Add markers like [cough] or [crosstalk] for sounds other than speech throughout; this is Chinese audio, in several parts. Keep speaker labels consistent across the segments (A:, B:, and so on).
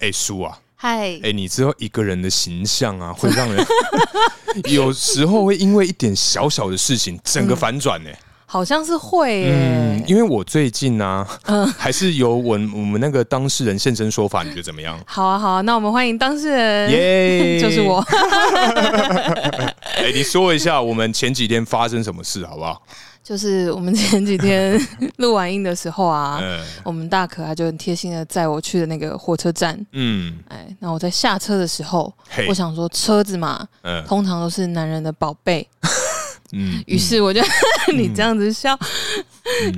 A: 哎、叔啊，
B: 嗨
A: 哎、，你知道一个人的形象
B: [laughs]
A: 啊，会让人有时候会因为一点小小的事情，整
B: 嗯
A: 个反转呢、欸
B: 好像是会
A: 嗯，
B: 耶。
A: 因为我最近呢、啊，
B: 嗯
A: 还是由我我们那个当事人现身说法，你觉得怎么样？
B: 好啊，好啊，那我们欢迎当事人，
A: 耶
B: 嗯 [laughs] 就是我。
A: 哎、你说一下我们前几天发生什么事好不好？
B: 就是我们前几天 [laughs] 录完音的时候啊，
A: 嗯
B: 我们大可爱就很贴心的载我去的那个火车站。
A: 嗯
B: 哎，那我在下车的时候
A: 嘿，
B: 我想说车子嘛，
A: 哎嗯
B: 通常都是男人的宝贝，
A: 嗯，
B: 于是我就、 [laughs] 你这样子笑，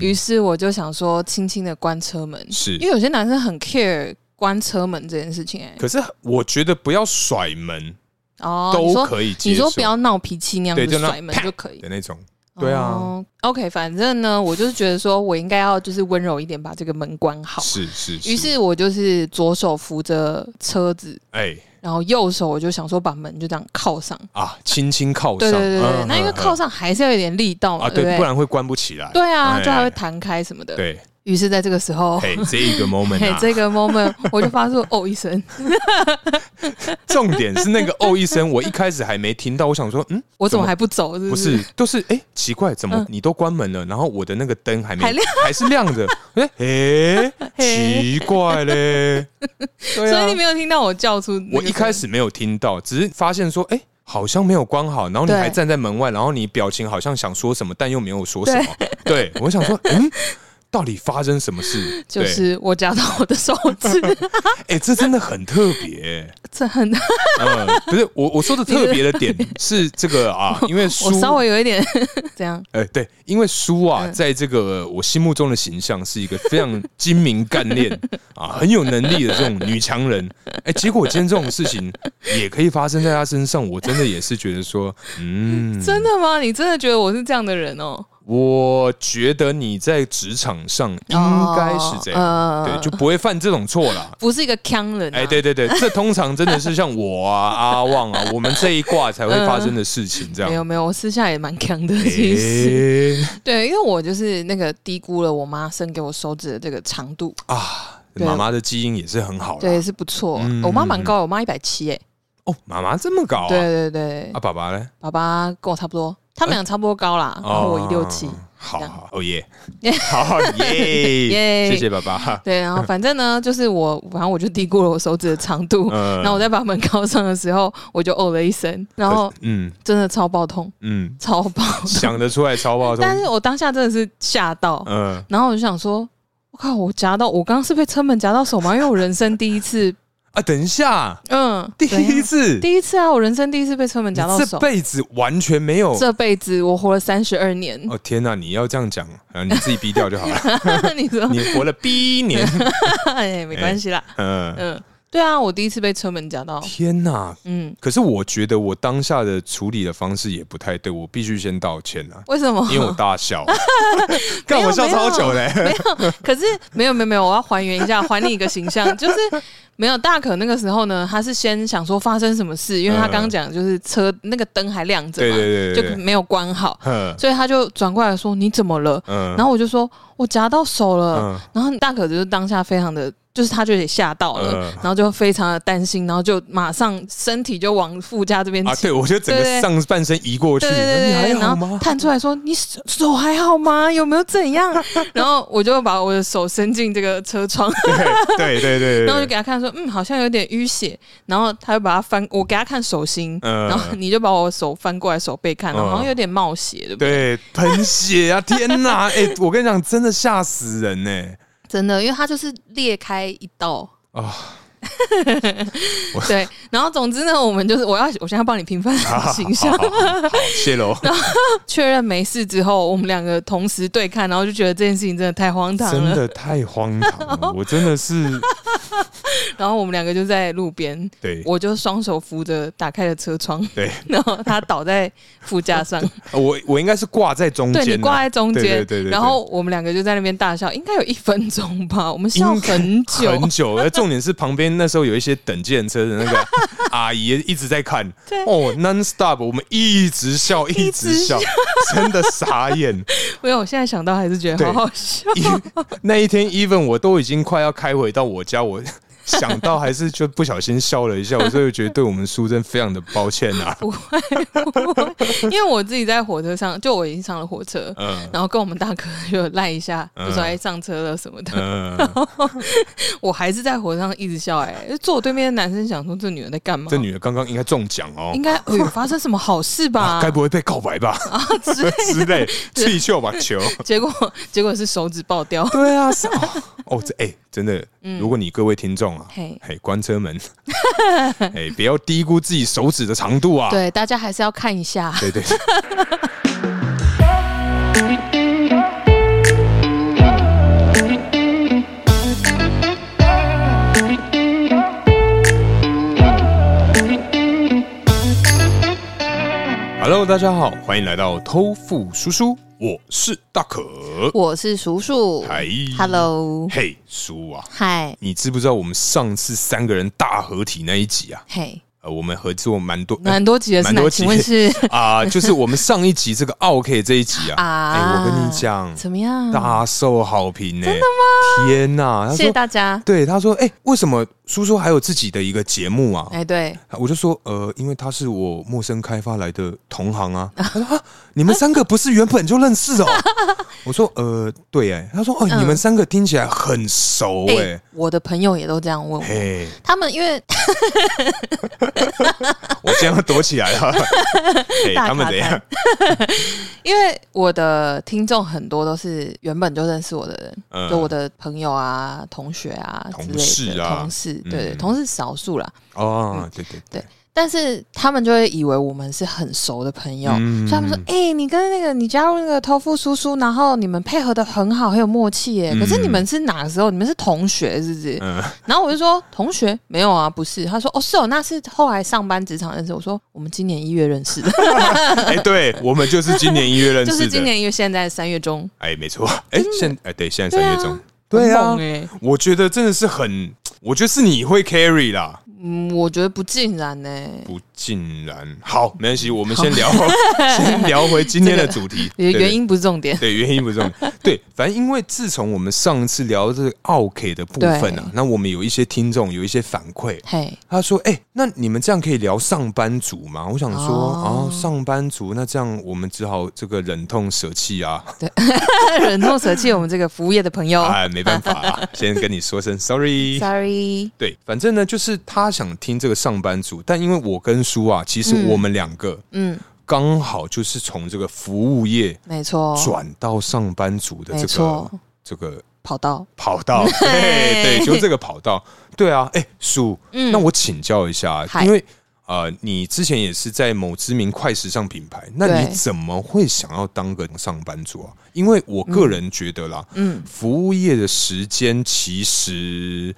B: 于是我就想说轻轻的关车门，
A: 是
B: 因为有些男生很 care 关车门这件事情、哎，
A: 可是我觉得不要甩门
B: 哦，你
A: 都
B: 说
A: 可以接受，
B: 你说不要闹脾气那样
A: 对
B: 子
A: 就那
B: 甩门就可以
A: 的。那种。对啊
B: 哦、，OK，反正呢，我就是觉得说我应该要就是温柔一点，把这个门关好。
A: 是是是，
B: 于是我就是左手扶着车子，
A: 哎、
B: 然后右手我就想说把门就这样靠上。
A: 啊，轻轻靠
B: 对
A: 上，
B: 对对对，
A: 嗯
B: 那因为
A: 嗯
B: 靠上还是要有点力道
A: 嗯
B: 嘛，
A: 啊，
B: 对
A: 对，
B: 不
A: 不
B: 对？
A: 然会关不起来。
B: 对啊，
A: 哎
B: 就还会弹开什么的。
A: 对，
B: 于是在这个时候，
A: 嘿，这一
B: [laughs]
A: 个 moment
B: 嘿
A: 啊，，
B: 这个 moment 我就发出 [laughs] 哦一声，
A: 重点是那个哦一声，我一开始还没听到，我想说，
B: [laughs]
A: 嗯，
B: 我怎么
A: 怎么
B: 还不走？
A: 不
B: 不
A: 是，都是哎、奇怪，怎么
B: 嗯
A: 你都关门了，然后我的那个灯还没
B: 还亮，
A: 还是亮着，哎、
B: [laughs]
A: 诶奇怪嘞，对
B: 所以你
A: 啊，
B: 没有听到我叫出那个声音。
A: 我一开始没有听到，只是发现说，哎、好像没有关好，然后你
B: 对
A: 还站在门外，然后你表情好像想说什么，但又没有说什么。对，我想说，嗯，到底发生什么事？
B: [laughs] 就
A: 对
B: 是我夹到我的手指， [laughs]
A: 哎、这真的很特别、
B: 这很
A: 嗯，不是我我说的特别
B: [laughs]
A: 的点是这个啊，因为书
B: 我稍微有一点 [laughs] 这样，
A: 哎、对，因为书啊，
B: 嗯
A: 在这个我心目中的形象是一个非常精明干练
B: [laughs]
A: 啊，很有能力的这种女强人。哎、结果今天这种事情也可以发生在她身上，我真的也是觉得说，嗯，
B: 真的吗？你真的觉得我是这样的人哦？
A: 我觉得你在职场上应该是这样，
B: 哦
A: 对，就不会犯这种错啦。
B: 不是一个腔人、啊，
A: 哎、对对对，这通常真的是像我啊、阿旺啊，我们这一挂才会发生的事情，这样。
B: 没有没有，我私下也蛮强的，
A: 哎
B: 其实、 [laughs] 对，因为我就是那个低估了我妈生给我手指的这个长度，
A: 啊，
B: 对
A: 妈妈的基因也是很好
B: 对，
A: 啦。
B: 是不错。
A: 嗯
B: 我妈蛮高的，我妈一百七，哎，
A: 哦，妈妈这么高啊？
B: 对对对，
A: 啊，爸爸呢？
B: 爸爸跟我差不多，他们俩差不多高啦，
A: 哦
B: 然啊后我一六七。
A: 好
B: 这样
A: 好，哦
B: [laughs]
A: 耶，好耶，
B: 耶
A: 谢谢爸
B: [laughs]
A: 爸。
B: 对，然后反正呢，就是我，反正我就低估了我手指的长度，
A: 嗯
B: 然后我在把门 [laughs] 靠上的时候，我就哦了一声，然后
A: 嗯
B: 真的超爆痛，
A: 嗯，
B: 超
A: [laughs]
B: 爆痛。
A: 想得出来超爆
B: [laughs] 但
A: 痛。
B: 是我当下真的是吓到，
A: 嗯，
B: 然后我就想说，我靠，我夹到我刚刚是被车门夹到手吗？因为我人生第一
A: [laughs]
B: 次，
A: 啊，等一下，
B: 嗯，
A: 第
B: 怎
A: 一
B: 样
A: 次，
B: 第一次啊，我人生第一次被车门
A: 你
B: 夹到
A: 这
B: 手，
A: 辈子完全没有。
B: 这辈子我活了三十二年。
A: 哦天哪，你要这样讲，啊，你自己逼掉就好了。
B: [laughs] 你说，
A: 你活了逼年，
B: [laughs] 哎，没关系啦，
A: 嗯，
B: 嗯，对啊，我第一次被车门夹到，
A: 天哪。
B: 嗯，
A: 可是我觉得我当下的处理的方式也不太对，我必须先道歉
B: [laughs]
A: 啊。
B: 为什么？
A: [laughs] 因为我大笑，
B: [laughs]
A: 看我笑超久嘞、
B: 没有，可是没有没有没有，我要还原一下，还你一个
A: [laughs]
B: 形象，就是没有大可那个时候呢，他是先想说发生什么事，因为他刚刚讲就是车那个灯还亮着
A: 对
B: 嘛，
A: 对对对
B: 就
A: 对，
B: 没有关好，
A: 哼
B: 所以他就转过来说你怎么了？
A: 嗯
B: 然后我就说我夹到手了，
A: 嗯
B: 然后大可就是当下非常的。就是他就也吓到了，
A: 嗯
B: 然后就非常的担心，然后就马上身体就往副驾这边
A: 啊，
B: 倾
A: 对我就整个
B: 对对
A: 上半身移过去，
B: 对对对对
A: 你
B: 对，
A: 还好
B: 然后
A: 吗？
B: 探出来说：“你手手还好吗？有没有怎样？”然后我就把我的手伸进这个车窗，
A: [laughs] 对对对对，
B: 然后我
A: 对
B: 就给他看说：“嗯，好像有点淤血。”然后他就把它翻，我给他看手心，
A: 嗯
B: 然后你就把我手翻过来手背看，然
A: 嗯
B: 后好像有点冒血，对不对？
A: 对喷血啊！天哪，哎、我跟你讲，真的吓死人哎呢、
B: 真的，因为它就是裂开一道。
A: 啊！
B: [laughs] 对，然后总之呢，我们就是我要我现在帮你平反形象，
A: [laughs] 好，好好好
B: [laughs]
A: [laughs] 谢喽，
B: 确认没事之后，我们两个同时对看，然后就觉得这件事情真的太荒唐
A: 真
B: 了。
A: 的太荒唐
B: [laughs]
A: 了，我真的是
B: 然后我们两个就在路边，
A: 对
B: 我就双手扶着打开了车窗，
A: 对，
B: [laughs] 然后他倒在副
A: [laughs]
B: 驾上，
A: 我我应该是挂在中间、
B: 对
A: 啊，
B: 你挂在中间，
A: 对对对对
B: 然后我们两个就在那边大笑，应该有一分钟吧，我们笑很久，
A: 很久。而重点是旁边那时候有一些等计程车的那
B: [laughs]
A: 个阿姨一直在看，
B: 对
A: 哦，non stop，我们一直笑，一直笑，真的傻
B: [laughs]
A: 眼。
B: [laughs] 没有，我现在想到还是觉得好好笑，
A: 一那一天，even 我都已经快要开回到我家，我想到还是就不小心笑了一
B: [laughs]
A: 下，我就觉得对我们苏真非常的抱歉啊。
B: [laughs] 因为我自己在火车上，就我已经上了火车，
A: 嗯
B: 然后跟我们大哥就赖一下，就说
A: 嗯
B: 哎上车了什么的，
A: 嗯，
B: 我还是在火车上一直笑、哎，就坐我对面的男生想说这女的在干嘛？
A: 这女的刚刚应该中奖哦
B: 应，该哎呦发生什么好事吧？
A: 啊 [laughs] 该不会被告白吧
B: 啊之类的
A: [laughs] 之类，气球吧
B: [laughs]
A: 球。
B: 结果结果是手指爆掉，
A: 对 [laughs] 啊，是哦，哦这哎、真的，如果你各位听众啊，
B: 嗯嘿
A: 嘿，关车门， [laughs] 哎，不要低估自己手指的长度啊。
B: 对，大家还是要看一下。
A: 对对对，Hello，大家好，欢迎来到偷富叔叔，我是大可。
B: 我是叔叔
A: 嗨
B: ，Hello，
A: 嘿，叔啊，
B: 嗨，
A: 你知不知道我们上次三个人大合体那一集啊？
B: 嘿，
A: 呃，我们合作蛮多，哎
B: 蛮多集的是
A: 蛮
B: 哪？
A: 多集
B: 请问是
A: 啊、就是我们上一集这个 OK 这一集啊，
B: [laughs] 啊
A: 哎、我跟你讲，
B: 怎么样？
A: 大受好评呢、真的吗？天哪！他
B: 谢谢
A: 说，
B: 大家。
A: 对，他说，哎、为什么叔叔还有自己的一个节目啊？
B: 哎，对，
A: 我就说，呃，因为他是我陌生开发来的同行
B: [laughs]
A: 啊。他说啊，你们三个不是原本就认识哦？
B: [laughs]
A: 我说，呃，对，哎，他说，哦、
B: 嗯
A: 你们三个听起来很熟、哎、
B: 哎，我的朋友也都这样问我，
A: 嘿，
B: 他们因为
A: 我这样躲起来
B: [laughs]
A: 了。嘿，
B: 大
A: 他们
B: 卡
A: 怎样
B: 带？因为我的听众很多都是原本就认识我的人，
A: 嗯
B: 就我的朋友啊、同学啊之
A: 同
B: 类
A: 事
B: 的
A: 啊
B: 同事，对对，
A: 嗯
B: 同事少数啦。
A: 哦，对对对，
B: 但是他们就会以为我们是很熟的朋友，
A: 嗯
B: 所以他们说：“哎、你跟那个你加入那个偷富叔叔，然后你们配合的很好，很有默契耶。
A: 嗯
B: 可是你们是哪时候？你们是同学是不是？”
A: 嗯
B: 然后我就说：“同学没有啊，不是。”他说：“哦，是哦，那是后来上班职场认识。”我说：“我们今年一月认
A: [laughs]
B: 识的，
A: 哎、对我们就是今年一月认识
B: [laughs] 就
A: 的，
B: 是今年一月，现在三月中。
A: 哎，没
B: [laughs]
A: 错，哎，现哎对，现在
B: 对啊
A: 三月中，
B: 很猛哎，
A: 我觉得真的是很，我觉得是你会 carry 啦，
B: 嗯，我觉得不尽然呢、
A: 不尽然，好，没关系，我们先
B: [laughs]
A: 聊，先聊回今天的主题，
B: 原
A: 对
B: 原因不是重
A: [laughs]
B: 点。
A: 对原因不重要，对，反正因为自从我们上次聊这个奥 K 的部分啊
B: 对，
A: 那我们有一些听众有一些反馈。
B: 嘿，
A: 他说：“哎、那你们这样可以聊上班族吗？”我想说，
B: 哦
A: 哦，上班族，那这样我们只好这个忍痛舍弃啊。
B: 忍痛舍弃我们这个服务业的朋友
A: 哎，没办法
B: [laughs]
A: 啊，先跟你说声 sorry。
B: ，sorry。
A: 对，反正呢，就是他想听这个上班族，但因为我跟叔啊，其实
B: 嗯
A: 我们两个
B: 嗯，
A: 刚好就是从这个服务业
B: 没错，
A: 转到上班族的
B: 没
A: 这个
B: 错
A: 这个
B: 跑道。
A: 跑道，
B: [laughs]
A: 对对，就这个跑道，对啊，哎，叔，
B: 嗯
A: 那我请教一下，
B: 嗨
A: 因为呃，你之前也是在某知名快时尚品牌，那
B: 对
A: 你怎么会想要当个上班族啊？因为我个人觉得啦，
B: 嗯
A: 服务业的时间其实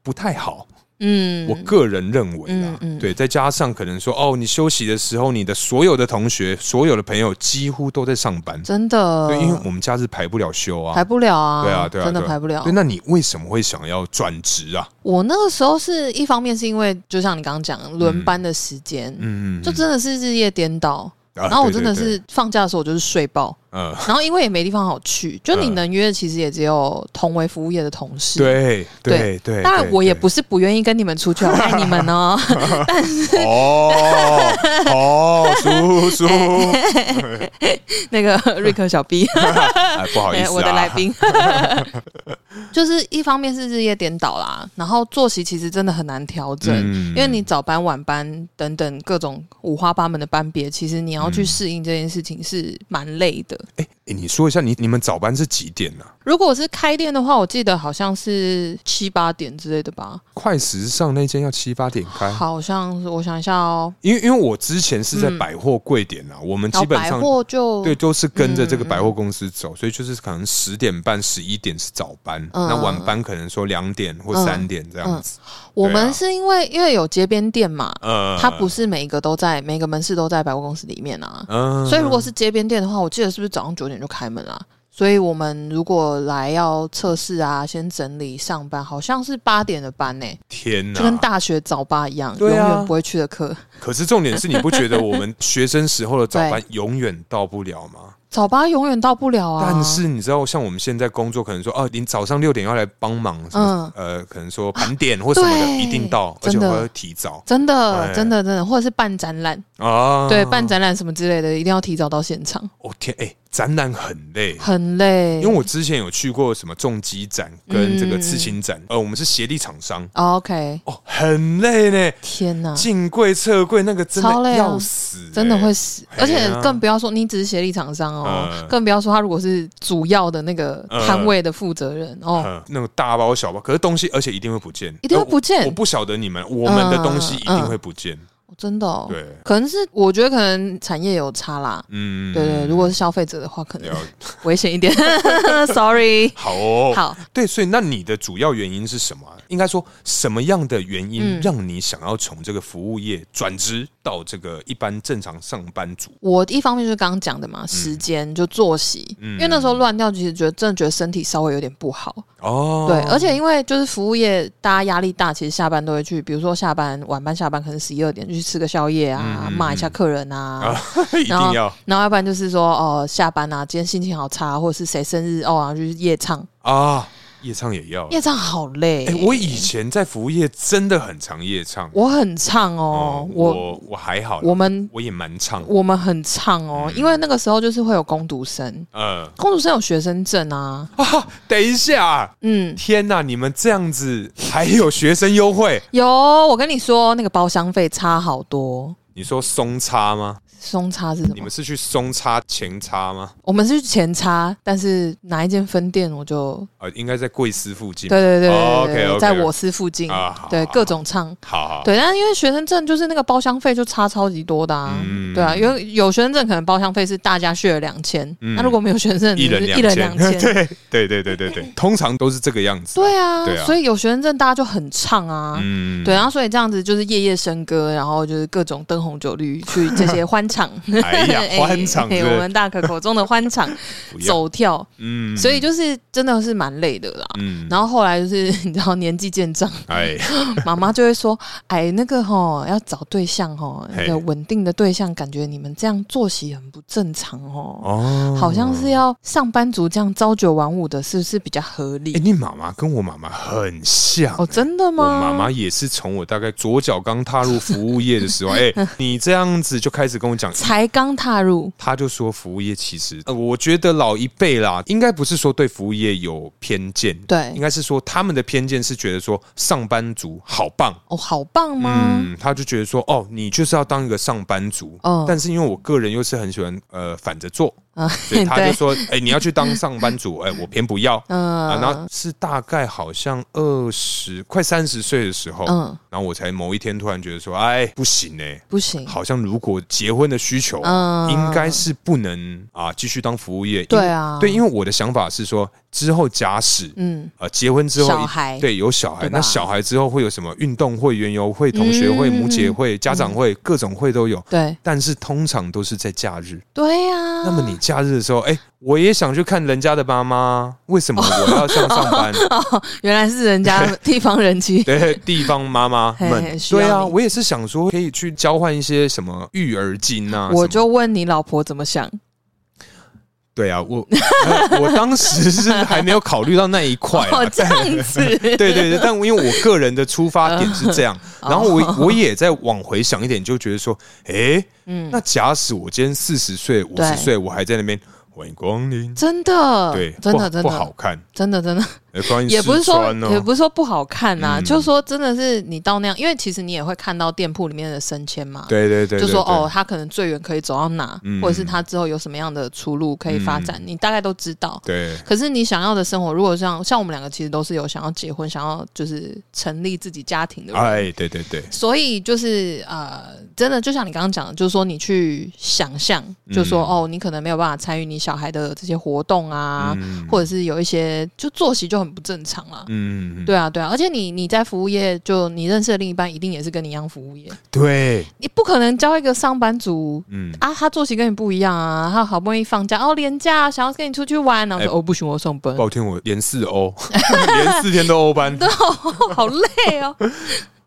A: 不太好，
B: 嗯，
A: 我个人认为啦，
B: 嗯嗯
A: 对，再加上可能说哦，你休息的时候，你的所有的同学、所有的朋友几乎都在上班，
B: 真的，
A: 对，因为我们假日排不了休啊
B: 排。不了啊，
A: 对啊，对啊，
B: 真的
A: 对啊
B: 排不了
A: 对，。那你为什么会想要转职啊？
B: 我那个时候是一方面是因为，就像你刚刚讲轮班的时间，
A: 嗯，嗯
B: 就真的是日夜颠倒。
A: 啊
B: 然后我
A: 对
B: 真
A: 对
B: 的
A: 对
B: 是放假的时候，我就是睡爆。
A: 呃，
B: 然后因为也没地方好去，就你
A: 嗯
B: 能约，其实也只有同为服务业的同事。。
A: 对对对，
B: 当然，
A: 对
B: 我也
A: 对
B: 不是不愿意跟你们出去，
A: [laughs]
B: 我爱你们哦。 [laughs]
A: 哦哦，叔
B: [laughs]
A: 叔，
B: 那个瑞克小 B，
A: 哎，不好意
B: 哎
A: 思啊，
B: [laughs] 我的来
A: [laughs]
B: 宾，就是一方面是日夜颠倒啦，然后作息其实真的很难调整，
A: 嗯
B: 因为你早班、晚班等等各种五花八门的班别，其实你要
A: 嗯
B: 去适应这件事情是蛮累的。
A: 哎，哎你说一下，你你们早班是几点啊呢？
B: 如果是开店的话，我记得好像是七八点之类的吧，
A: 快时尚那间要七八点开，
B: 好像是我想一下哦，
A: 因为因为我之前是在
B: 嗯
A: 百货柜点啊，我们
B: 然
A: 基
B: 后
A: 本
B: 百
A: 上
B: 货就
A: 对，啊都是跟着这个
B: 哦嗯
A: 百货公司走，所以就是可能十点半、十一点是早班，
B: 嗯
A: 那晚班可能说两点或
B: 嗯
A: 三点这样子。
B: 我
A: 对啊
B: 们是因为因为有街边店嘛，
A: 呃，
B: 它不是每一个都在每一个门市都在百货公司里面啊，
A: 嗯，
B: 所以如果是街边店的话，我记得是不是早上九点就开门啦？所以我们如果来要测试啊，先整理上班，好像是八点的班呢、
A: 天
B: 就跟
A: 哪！
B: 大学早八一样，
A: 对啊
B: 永远不会去的课。 [laughs]
A: [laughs] 可是重点是你不觉得我们学生时候的早班永远到不了吗？
B: 早八永远到不了啊。
A: 但是你知道，像我们现在工作，可能说哦，你早上六点要来帮忙，什么、呃，可能说盘点或什么的，
B: 嗯啊对
A: 一定到，而且
B: 真的
A: 我会提早
B: 真的
A: 哎，
B: 真的，真的，或者是办展览，
A: 啊。
B: 对，办展览什么之类的，一定要提早到现场，
A: 哦天，哎、展览很累。
B: 很累。
A: 因为我之前有去过什么重机展跟这个刺青
B: 嗯
A: 展，呃，我们是协力厂商，
B: 哦 OK，
A: 哦，很累呢，
B: 天哪，
A: 进柜撤柜那个真
B: 超
A: 的
B: 累啊
A: 要死、
B: 真的会死，
A: 哎呀
B: 而且更不要说你只是协力厂商哦
A: 嗯，
B: 更不要说他如果是主要的那个摊位的负责人哦，
A: 嗯，那种大包小包，可是东西，而且一定会不见，
B: 一定会
A: 呃我
B: 不见
A: 我不晓得你们，我们的东西一定会不见。
B: 真的哦，
A: 对，
B: 可能是我觉得可能产业有差啦。
A: 嗯，
B: 对对，如果是消费者的话，可能
A: 了
B: 危险
A: [laughs]
B: 一点，sorry。
A: 好哦，
B: 好，
A: 对，所以那你的主要原因是什么啊？应该说什么样的原因
B: 嗯
A: 让你想要从这个服务业转职到这个一般正常上班族？
B: 我一方面就是刚刚讲的嘛，时间就作息，
A: 嗯
B: 因为那时候乱掉，其实觉得真的觉得身体稍微有点不好。
A: 哦，
B: 对，而且因为就是服务业，大家压力大，其实下班都会去，比如说下班晚班下班，可能十一二点就去吃个宵夜啊，
A: 嗯嗯
B: 骂一下客人啊。
A: 啊， [laughs] 一定
B: 然后
A: 要，
B: 然后要不然就是说，哦，下班啊，今天心情好差，或者是谁生日哦，然后就去夜唱，
A: 啊，夜唱也要。
B: 夜唱好累。欸
A: 哎、我以前在服务业真的很常夜唱。
B: 我很唱哦，
A: 哦，
B: 我
A: 我我还好啦，
B: 我们
A: 我也蛮唱，
B: 我们很唱
A: 嗯
B: 哦，因为那个时候就是会有工读生，
A: 呃，
B: 工读生有学生证啊，
A: 哦等一下，
B: 嗯，
A: 天哪，你们这样子还有学生优惠？
B: 有，我跟你说，那个包厢费差好多。
A: 你说松差吗？
B: 松差是什
A: 你
B: 么
A: 们？是去松差前差吗？
B: 我们是去前差，但是哪一间分店我就
A: 呃，应该在贵司附近。
B: 对对对
A: 哦
B: 对对
A: OK，OK，OK
B: 在我司附近
A: 啊好，
B: 对
A: 好
B: 各种唱。
A: 好好，
B: 对，但是因为学生证就是那个包厢费就差超级多的啊，
A: 嗯
B: 对啊，因为有学生证可能包厢费是大家血了两千，
A: 嗯
B: 那如果没有学生证，
A: 一人
B: 就是一
A: 两
B: 人
A: 千，
B: 两
A: [laughs] 对
B: 千，
A: 对对对对对，通常都是这个样子。
B: 对啊
A: 对啊，
B: 所以有学生证大家就很唱啊，
A: 嗯
B: 对，然后所以这样子就是夜夜笙歌，然后就是各种灯红酒绿去这些欢场，
A: [laughs] 哎
B: [laughs]
A: 呀欢场
B: 哎
A: 是不是
B: 我们大可口中的欢场
A: [laughs] 不要，
B: 走跳，
A: 嗯
B: 所以就是真的是蛮累的啦。
A: 嗯
B: 然后后来就是 [laughs] 你知道年纪渐
A: [laughs]
B: 长，
A: 哎，
B: 妈妈就会说：“哎，那个吼要找对象吼，
A: 嘿
B: 那个稳定的对象，感觉你们这样作息很不正常哦，
A: 哦
B: 好像是要上班族这样朝九晚五的，是不是比较合
A: 哎，
B: 理？”
A: 你妈妈跟我妈妈很像
B: 哦，。真的
A: 我
B: 吗？
A: 妈妈也是从我大概左脚刚踏入服务业的时候，
B: [laughs]
A: 哎，你这样子就开始跟我讲，
B: 才刚踏入，
A: 他就说服务业其实，呃，我觉得老一辈啦，应该不是说对服务业有偏见，
B: 对
A: 应该是说他们的偏见是觉得说上班族好棒，
B: 哦，好棒吗？
A: 嗯，他就觉得说，哦，你就是要当一个上班族，
B: 嗯
A: 但是因为我个人又是很喜欢呃反着做，
B: 啊， [laughs]
A: 所以他就
B: 对，
A: 说，哎、你要去当上班族，哎、我偏不要。啊，
B: 嗯
A: 那是大概好像二十快三十岁的时候，
B: 嗯
A: 然后我才某一天突然觉得说，哎，不行哎、
B: 不行，
A: 好像如果结婚的需求，啊
B: 嗯
A: 应该是不能啊继续当服务业。因为
B: 对啊
A: 对，因为我的想法是说，之后假使
B: 嗯，
A: 呃结婚之后
B: 小孩
A: 对有小孩，
B: 对吧
A: 那小孩之后会有什么运动会、园游会、同学会、
B: 嗯
A: 母姐会、家长会，各种会都有。
B: 对
A: 但是通常都是在假
B: [laughs]
A: 日。
B: 对呀。
A: 那么你假日的时候，哎，我也想去看人家的妈妈，为什么我要上上班？
B: 原来是
A: [laughs]
B: 人家地方人妻，
A: 对，地方妈妈们
B: 嘿，需要
A: 对啊，
B: 你
A: 我也是想说可以去交换一些什么育儿金啊，
B: 我
A: 什么
B: 就问你老婆怎么想
A: 对啊，我 [laughs] 呃我当时是还没有考虑到那一块啊
B: 哦，，这样子，
A: 对对对，但因为我个人的出发点是这样，
B: 嗯
A: 然后
B: 哦
A: 我我也在往回想一点，就觉得说，诶，
B: 嗯，
A: 那假使我今天四十岁、五十
B: 对
A: 岁，我还在那边欢迎光临，
B: 真的，
A: 对，
B: 真
A: 不好
B: 的，真
A: 不好
B: 的，
A: 看，
B: 真的，真的，
A: 呃欢迎
B: 也不是
A: 试
B: 说
A: 穿哦
B: 也不是说不好看呐，
A: 嗯
B: 就是说真的是你到那样，因为其实你也会看到店铺里面的升迁嘛，
A: 对对对，
B: 就说
A: 对
B: 哦，，他可能最远可以走到哪
A: 嗯，
B: 或者是他之后有什么样的出路可以发展，你大概都知道。
A: 对
B: 可是你想要的生活，如果像像我们两个，其实都是有想要结婚、想要就是成立自己家庭的
A: 对，
B: 人，
A: 哎，对对对，
B: 所以就是呃，真的就像你刚刚讲的，就是说你去想象，
A: 嗯
B: 就说、哦，你可能没有办法参与你小孩的这些活动啊，
A: 嗯
B: 或者是有一些就作息就很不正常啦。
A: 嗯，
B: 对啊，对啊，而且你你在服务业，就你认识的另一半一定也是跟你一样服务业，
A: 对，
B: 你不可能交一个上班族
A: 嗯，
B: 啊，他作息跟你不一样啊，他好不容易放假哦，连假想要跟你出去玩，然后说、
A: 哎
B: 哦不行，我要上班，
A: 抱歉，我连四欧， [laughs] 连四天都欧
B: [laughs]
A: 班，
B: 啊好累哦。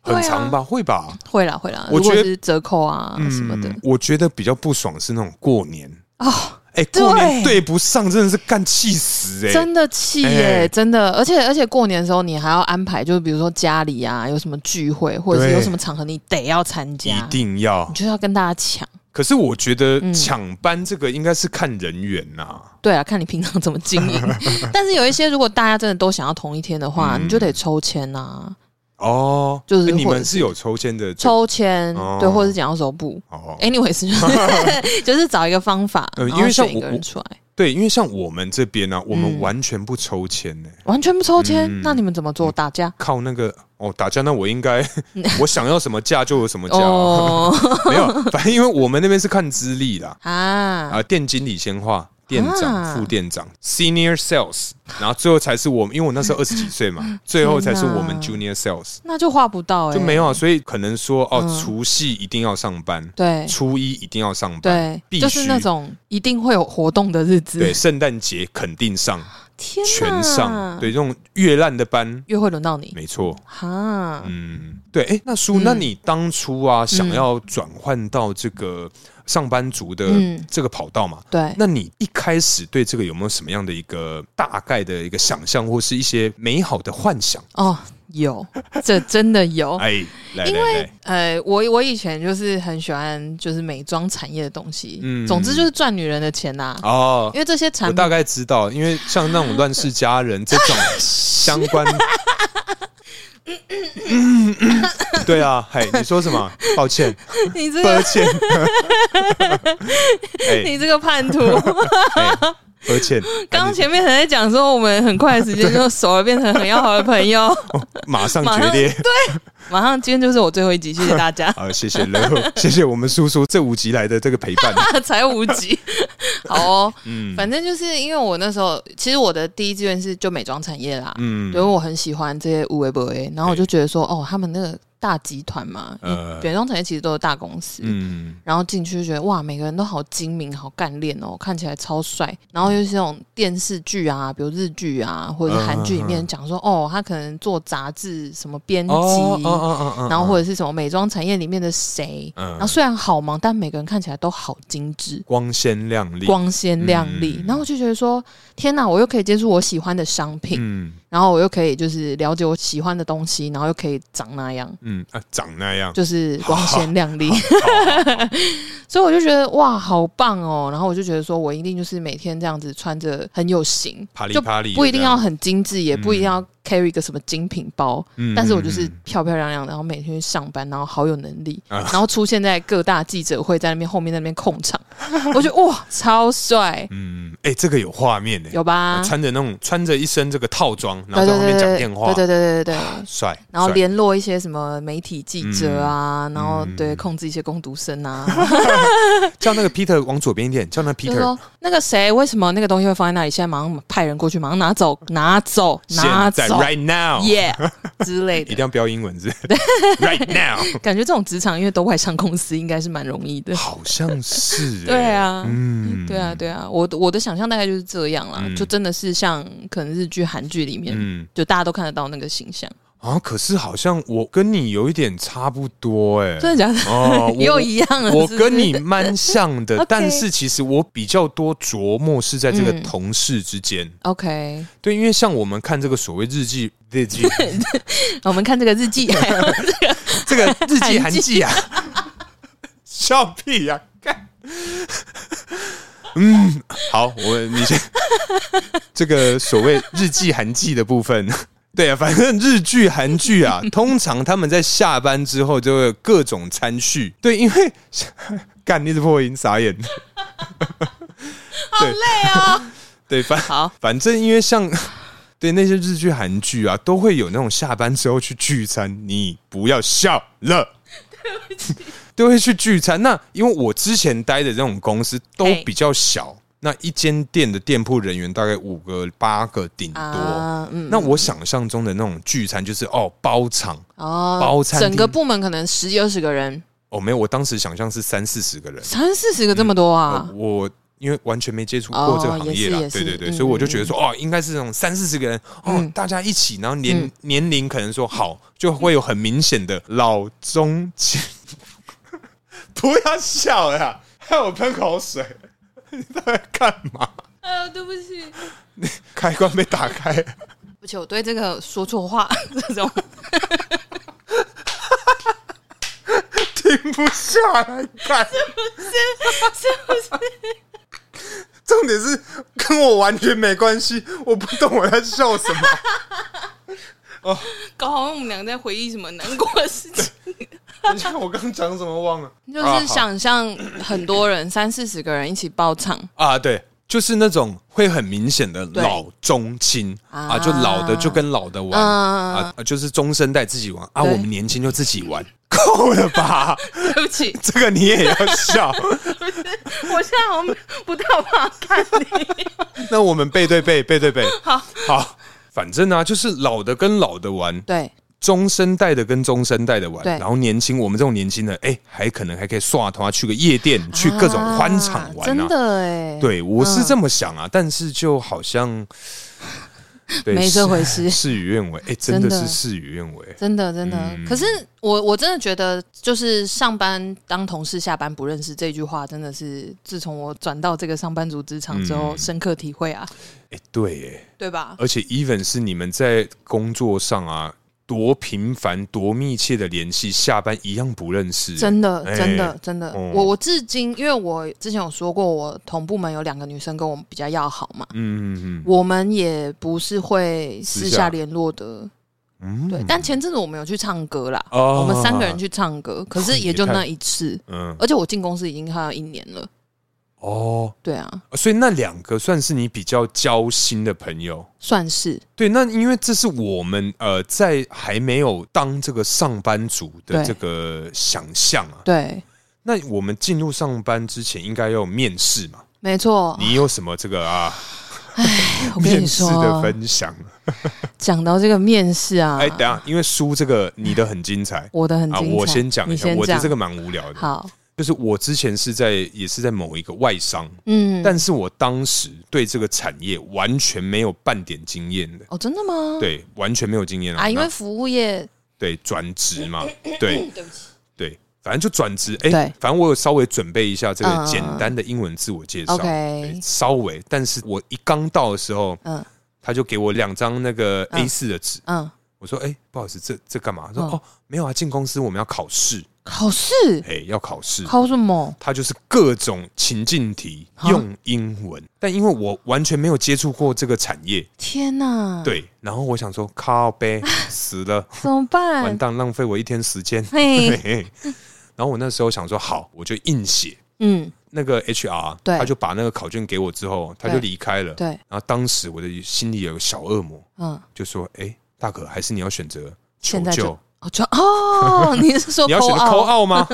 A: 很
B: 对啊
A: 长吧？会吧？
B: 会啦会啦，
A: 我
B: 如
A: 觉得嗯
B: 果是折扣啊什么的，
A: 我觉得比较不爽是那种过年
B: 哦，
A: 哎、过年对
B: 对
A: 不上，真的是干气死哎、
B: 真的气耶、
A: 哎
B: 真的，而且而且过年的时候你还要安排，就是比如说家里啊有什么聚会，或者是
A: 对
B: 有什么场合你得要参
A: 一
B: 加，
A: 定要
B: 你。就是要跟大家抢。
A: 可是我觉得
B: 嗯
A: 抢班这个应该是看人缘呐、
B: 对啊，看你平常怎么经
A: [laughs]
B: 营。但是有一些，如果大家真的都想要同一天的话，
A: 嗯
B: 你就得抽签啊，
A: 哦，
B: 就是
A: 哎你
B: 或者
A: 们
B: 是
A: 是有抽签的这
B: 抽签、
A: 哦
B: 对，或者是剪刀手布。
A: 哦，
B: anyways，就是
A: [laughs]
B: 就是找一个方法，
A: 呃
B: 然
A: 因
B: 后
A: 为像
B: 选一个
A: 我
B: 人
A: 我
B: 出来，
A: 对，因为像我们这边呢、啊我们
B: 嗯
A: 完全不抽签呢、
B: 完全不抽签、
A: 嗯
B: 那你们怎么做？打架？
A: 靠那个哦打架，那我应
B: [laughs]
A: 该我想要什么价就有什么价、 [laughs]
B: 哦
A: 没有，反正因为我们那边是看资历啦，
B: 啊，
A: 啊，店经理先画，店
B: 啊
A: 长、副店长、senior sales，然后最后才是我们，因为我那时候二十几岁
B: [laughs]
A: 嘛，最后才是我们 junior sales，
B: 那就画不到哎、
A: 就没有啊，所以可能说哦
B: 嗯，
A: 除夕一定要上班，
B: 对
A: 初一一定要上班，
B: 对，
A: 必
B: 就是
A: 须
B: 那种一定会有活动的日子，
A: 对，圣诞节肯定上，
B: 天哪
A: 全上，对，这种越烂的班，
B: 约会轮到你
A: 没错。
B: 哈、
A: 嗯，对，哎，那叔，那你当初
B: 嗯
A: 啊，想要转换到这个上班族的
B: 嗯
A: 这个跑道嘛，
B: 对。
A: 那你一开始对这个有没有什么样的一个大概的一个想象，或是一些美好的幻想？
B: 哦，有，这真的有。
A: 哎，来
B: 哦因
A: 来来，
B: 呃，我我以前就是很喜欢就是美妆产业的东西，
A: 嗯
B: 总之就是赚女人的钱呐、
A: 哦
B: 因，为这些产
A: 我
B: 品
A: 大概知道，因为像那种乱世佳人这
B: [laughs]
A: 种相关。对啊，嘿，你说什么？抱
B: [laughs]
A: 歉，
B: 你这
A: 抱
B: 个 [laughs]
A: 歉，哎，
B: 你这个叛
A: [laughs]
B: 徒，
A: 哎啊抱歉，
B: 刚刚
A: 赶紧
B: 前面还在讲说我们很快的时间就熟了，变成很要好的朋友， [laughs]
A: 马上
B: 马
A: 决
B: 上 [laughs]
A: 裂。，
B: 马上今天就是我最后一集，谢谢大家 [laughs]
A: 好，谢谢然后谢谢我们叔叔这五集来的这个陪伴。
B: 才五
A: [laughs]
B: 集，好哦，
A: 嗯
B: 反正就是因为我那时候其实我的第一志愿是就美妆产业啦，
A: 嗯
B: 因为我很喜欢这些无为不为，然后我就觉得说，哦，他们那个大集团嘛，
A: 呃
B: 美妆产业其实都是大公司，
A: 嗯，
B: 然后进去就觉得哇，每个人都好精明、好干练哦，看起来超帅。然后又是那种电视剧啊，比如日剧啊，或者是韩剧里
A: 嗯
B: 面讲说，哦，他可能做杂志什么编辑，
A: 哦哦
B: 然后或者是什么美妆产业里面的谁。
A: 嗯
B: 然后虽然好忙，但每个人看起来都好精致。
A: 光鲜亮丽，
B: 光鲜亮丽，
A: 嗯
B: 然后我就觉得说，天哪！我又可以接触我喜欢的商品，
A: 嗯
B: 然后我又可以就是了解我喜欢的东西，然后又可以长那样，
A: 嗯啊，长那样， [laughs]
B: 就是光鲜亮丽。 [laughs] 所以我就觉得哇，好棒哦！然后我就觉得说，我一定就是每天这样子穿着很有型，
A: 啪里
B: 就
A: 啪里，
B: 不一定要，很精致，也
A: 嗯
B: 不一定要 carry 一个什么精品包，
A: 嗯
B: 但是我就是漂漂亮亮，然后每天去上班，然后好有能力，
A: 啊
B: 然后出现在各大记者会，在那边后面在那边控场，我觉得哇，超帅，
A: 嗯，哎，这个有画面呢，
B: 有吧？
A: 穿着那种穿着一身这个套装，然后在
B: 对对
A: 后
B: 对
A: 面讲
B: 对
A: 电话，
B: 对对对对对。
A: 帅，
B: 然后
A: 帅
B: 联络一些什么媒体记者啊，然后
A: 嗯
B: 对控制一些工读生啊，
A: 叫那个 Peter 往左边一点，叫那个
B: 就
A: Peter
B: 说那个谁，为什么那个东西会放在那里？现在马上派人过去，马上拿走，拿走，
A: 现
B: 拿
A: 在
B: 走
A: right now，
B: ，yeah 之类
A: [laughs] 一定
B: 的。
A: 要标英文字
B: [laughs]
A: right now，
B: 感觉这种职场因为都外商公司，应该是蛮容易的。
A: 好像是欸，
B: 对啊
A: 嗯
B: 对啊，，对啊，我的我的想象大概就是这样啦，
A: 嗯
B: 就真的是像可能日剧、韩剧里面，
A: 嗯
B: 就大家都看得到那个形象，
A: 啊，可是好像我跟你有一点差不多哎，
B: 真的假的？
A: 哦，我
B: 又一样了 [laughs]
A: 我
B: 是不是
A: 跟你蛮像的
B: [laughs] OK，
A: 但是其实我比较多琢磨是在这个
B: 嗯
A: 同事之间。
B: OK，
A: 对，因为像我们看这个所谓日记、日
B: [laughs]
A: 记、
B: 我们看这个
A: [laughs]
B: 日记，还有这个
A: 这个日记、
B: 韩
A: 韩
B: 记
A: 记啊，笑屁呀、干。嗯，好，我你先这个所谓日记、韩记的部分。对啊，反正日剧、韩剧啊，通常他们在下班之后就会有各种餐叙。对，因为 [laughs] 干你的破音傻眼，好累
B: 哦。
A: 对，反
B: 好，
A: 反正因为像 [laughs] 对那些日剧、韩剧啊，都会有那种下班之后去聚餐，你不要笑了。都会去聚餐。那因为我之前待的这种公司都
B: 嘿
A: 比较小，那一间店的店铺人员大概五个、八个顶多。
B: 啊，嗯，
A: 那我想象中的那种聚餐就是哦包场
B: 哦，
A: 包餐厅
B: 整个部门可能十几二十个人，
A: 哦，没有，我当时想象是三四十个人。
B: 三四十个这么多啊
A: 呃，我因为完全没接触过这个行业啦
B: 哦也，是
A: 对
B: 也是
A: 对对，
B: 嗯
A: 所以我就觉得说，哦，应该是那种三四十个人，哦
B: 嗯，
A: 大家一起，然后年
B: 嗯
A: 年龄可能说好，就会有很明显的老 [laughs] 中青。不要笑了啦，害我喷口水。 [laughs] 干嘛？
B: 哎
A: 嗯
B: 呦，对不起，
A: 开关被打开，
B: 而且我对这个说错话 [laughs] 这种
A: 停不下来，干。
B: 是不是？
A: 重点是跟我完全没关系，我不懂我在笑什么。
B: 搞好像我们俩在回忆什么难过的事情。
A: 等一下，我刚讲什么忘了
B: [laughs] 就是想象很多人三四十个人一起包场，
A: 啊？对，就是那种会很明显的
B: 对
A: 老中青啊，
B: 啊
A: 就老的就跟老的玩
B: 嗯
A: 啊，就是中生代自己玩啊，
B: 对
A: 我们年轻就自己玩， [laughs] 够了吧？
B: [laughs]
A: [laughs]
B: 对不起，
A: 这个你也要笑？ [laughs]
B: 不是，我现在好像不太怕看你。
A: 那我们背对背，背对背，
B: [laughs] 好，
A: 好，反正啊，就是老的跟老的玩，
B: [laughs] 对，
A: 中生代的跟中生代的玩，
B: 对
A: 然后年轻我们这种年轻人，哎、还可能还可以刷团去个夜店， [laughs] 去各种欢场玩啊。
B: 真的哎，，
A: 对，我是这么想啊，但是就好
B: [laughs]
A: 像对
B: 没这回事
A: 事事与愿违。哎、真的
B: 真
A: 是
B: 的
A: 事与愿违。
B: 真的真的。
A: 嗯
B: 可是我我真的觉得，就是上班当同事，下班不认识这句话，真的是自从我转到这个上班族职场之
A: 嗯
B: 后，深刻体会啊，
A: 哎、对，哎，
B: 对吧？
A: 而且 even 是你们在工作上啊，多频繁、多密切的联系，下班一样不认识。
B: 真的，
A: 哎
B: 真的，真的，
A: 哦
B: 我我至今，因为我之前有说过，我同部门有两个女生跟我们比较要好嘛，
A: 嗯嗯
B: 我们也不是会私
A: 私下
B: 下联络的，
A: 嗯，嗯
B: 对。但前阵子我们有去唱歌啦，
A: 哦
B: 我们三个人去唱歌，可是也就那一次，
A: 嗯
B: 而且我进公司已经快要一年了，
A: 哦，
B: 对啊，
A: 所以那两个算是你比较交心的朋友。
B: 算是
A: 对，那因为这是我们呃，在还没有当这个上班族的
B: 对
A: 这个想象啊，
B: 对，
A: 那我们进入上班之前应该要有面试嘛？
B: 没错。
A: 你有什么这个啊
B: 哦我跟
A: 面
B: 你
A: 试的
B: 说，啊
A: 分享？
B: 讲到这个面试啊，
A: 哎、等一下，因为书这个你的很精彩
B: 我的很
A: 啊，
B: 精彩，
A: 我先讲一
B: 你
A: 下，
B: 先
A: 我的
B: 讲
A: 这个蛮无聊的，
B: 好，
A: 就是我之前是在也是在某一个外商，
B: 嗯，
A: 但是我当时对这个产业完全没有半点经验的，
B: 哦，真的吗？
A: 对，完全没有经验
B: 啊，因
A: 那
B: 为服务业，
A: 对转职
B: [coughs]
A: 嘛，对。
B: 对不起，
A: 对，反正就转职。哎、
B: 对
A: 反正我有稍微准备一下这个
B: 嗯
A: 简单的英文自我介绍、
B: OK
A: 对稍微。但是我一刚到的时候，
B: 嗯
A: 他就给我两张那个 A 四的纸，
B: 嗯，
A: 我说：“哎、不好意思，这这干嘛？”他说：“
B: 嗯
A: 哦，没有啊，进公司我们要考试，
B: 考试
A: 哎、要考试。”
B: 考什么？
A: 他就是各种情境题
B: 啊
A: 用英文，但因为我完全没有接触过这个产业，
B: 天哪，，
A: 对，然后我想说靠
B: [laughs]
A: 呗，死了，
B: 怎么
A: 完
B: 办？
A: 蛋，浪费我一天时间。嘿
B: 嘿，
A: 嘿然后我那时候想说好，我就硬写，
B: 嗯，
A: 那个 HR，
B: 对
A: 他就把那个考卷给我之后，他就
B: 对
A: 离开了。
B: 对，
A: 然后当时我的心里有个小恶魔，
B: 嗯，
A: 就说：“哎、大可，还是你要选择求
B: 现在
A: 救
B: 就，哦，就
A: [laughs]
B: 哦，你是说
A: 你要选择
B: 扣
A: 扣
B: 二？
A: 奥吗？”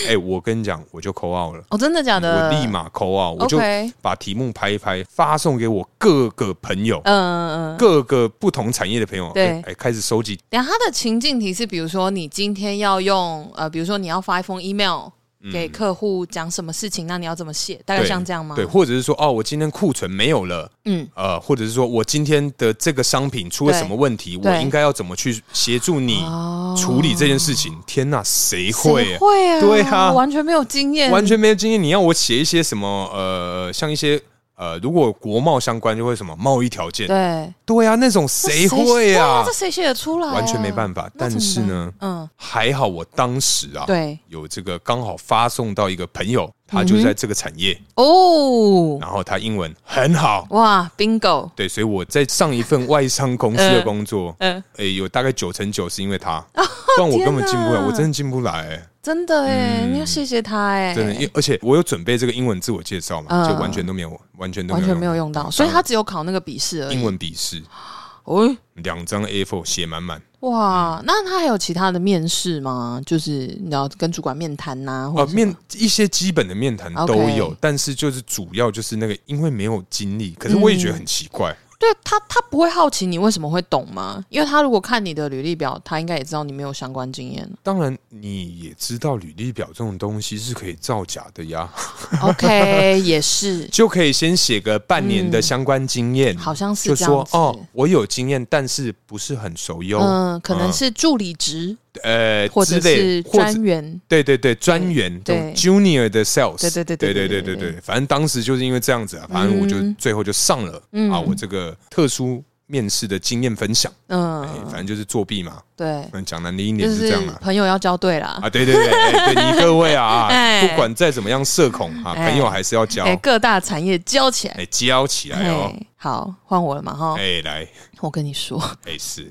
A: [laughs] 哎、我跟你讲，我就扣奥了，
B: 哦，真的假
A: 我
B: 的？
A: 立马扣奥，我就
B: OK，
A: 把题目拍一拍，发送给我各个朋友，
B: 嗯嗯嗯。
A: 各个不同产业的朋友，
B: 对
A: 哎、哎开始收集，
B: 然后它的情境题是，比如说你今天要用呃，比如说你要发一封 email 给客户讲什么事情，那你要怎么写？大概
A: 嗯对
B: 像这样吗？
A: 对，或者是说，哦，我今天库存没有了。
B: 嗯，
A: 呃，或者是说我今天的这个商品出了
B: 对
A: 什么问题，我
B: 对
A: 应该要怎么去协助你
B: 哦
A: 处理这件事情？天哪，谁会
B: 谁
A: 啊？
B: 会啊，
A: 对啊
B: 完全没有经验，
A: 完全没有经验。你要我写一些什么？呃，像一些呃，如果国贸相关，就会什么贸易条件？
B: 对，
A: 对啊，那种谁会
B: 对
A: 啊
B: 这？谁写得出来啊？
A: 完全没办法。
B: 那
A: 但
B: 怎么办
A: 是呢，
B: 嗯，
A: 还好我当时啊，
B: 对嗯
A: 有这个刚好发送到一个朋友，他就在这个产业，
B: 哦，
A: 然后他英文很好。
B: 哇，bingo，
A: 对，所以我在上一份外商公司的工作，
B: 嗯、呃，
A: 诶、有大概九成九是因为
B: [laughs]
A: 他，不然我根本进不
B: 天
A: 了，
B: 哪
A: 我真的进不来、欸
B: 真的哎、
A: 嗯
B: 你要谢谢他哎、
A: 真的，因为而且我有准备这个英文自我介绍嘛，
B: 嗯
A: 就完全都没有，完全都
B: 完全没有
A: 用嗯
B: 用到，所以他只有考那个笔试而
A: 英
B: 已。
A: 文笔试，
B: 哦，
A: 两张 A4 写满满。
B: 哇，那他还有其他的面试吗？就是你要跟主管面谈呐、或
A: 呃，
B: 者什么
A: 面一些基本的面谈
B: 哦 OK
A: 都有，但是就是主要就是那个，因为没有经历，可是
B: 嗯
A: 我也觉得很奇怪，
B: 对他，他不会好奇你为什么会懂吗？因为他如果看你的履历表，他应该也知道你没有相关经
A: [laughs]
B: 验。
A: 当然你也知道履历表这种东西是可以造假的呀， [laughs]
B: OK，也是，
A: 就可以先写个半年的相关经验，
B: 嗯好像是
A: 就
B: 这样
A: 说
B: 子。
A: 哦，我有经验，但是不是很熟哟。
B: 嗯，可能
A: 嗯
B: 是助理职
A: 呃
B: 或
A: 之
B: 者
A: 类
B: 是
A: 的，或
B: 专
A: 者
B: 员，
A: 对对对，专员这种
B: 对
A: junior 的 sales，
B: 对对对
A: 对对
B: 对对
A: 对对
B: 对
A: 对，反正当时就是因为这样子啊，反正我就
B: 嗯
A: 最后就上了
B: 嗯
A: 啊，我这个特殊面试的经验分享，哎反
B: 嗯，
A: 正就是作弊嘛，
B: 对，
A: 嗯，讲难听一点
B: 就是
A: 这
B: 是
A: 样啊。
B: 朋友要交对啦
A: 啊，，对对对，哎对你各位
B: [laughs]
A: 啊，
B: 哎
A: 不管再怎么样社恐啊，
B: 哎
A: 朋友还是要交，
B: 哎，各大产业交起来。
A: 哎，交起来哦，
B: 哎，好，换我了嘛哈！
A: 哎，来，
B: 我跟你说， [laughs]
A: 哎是，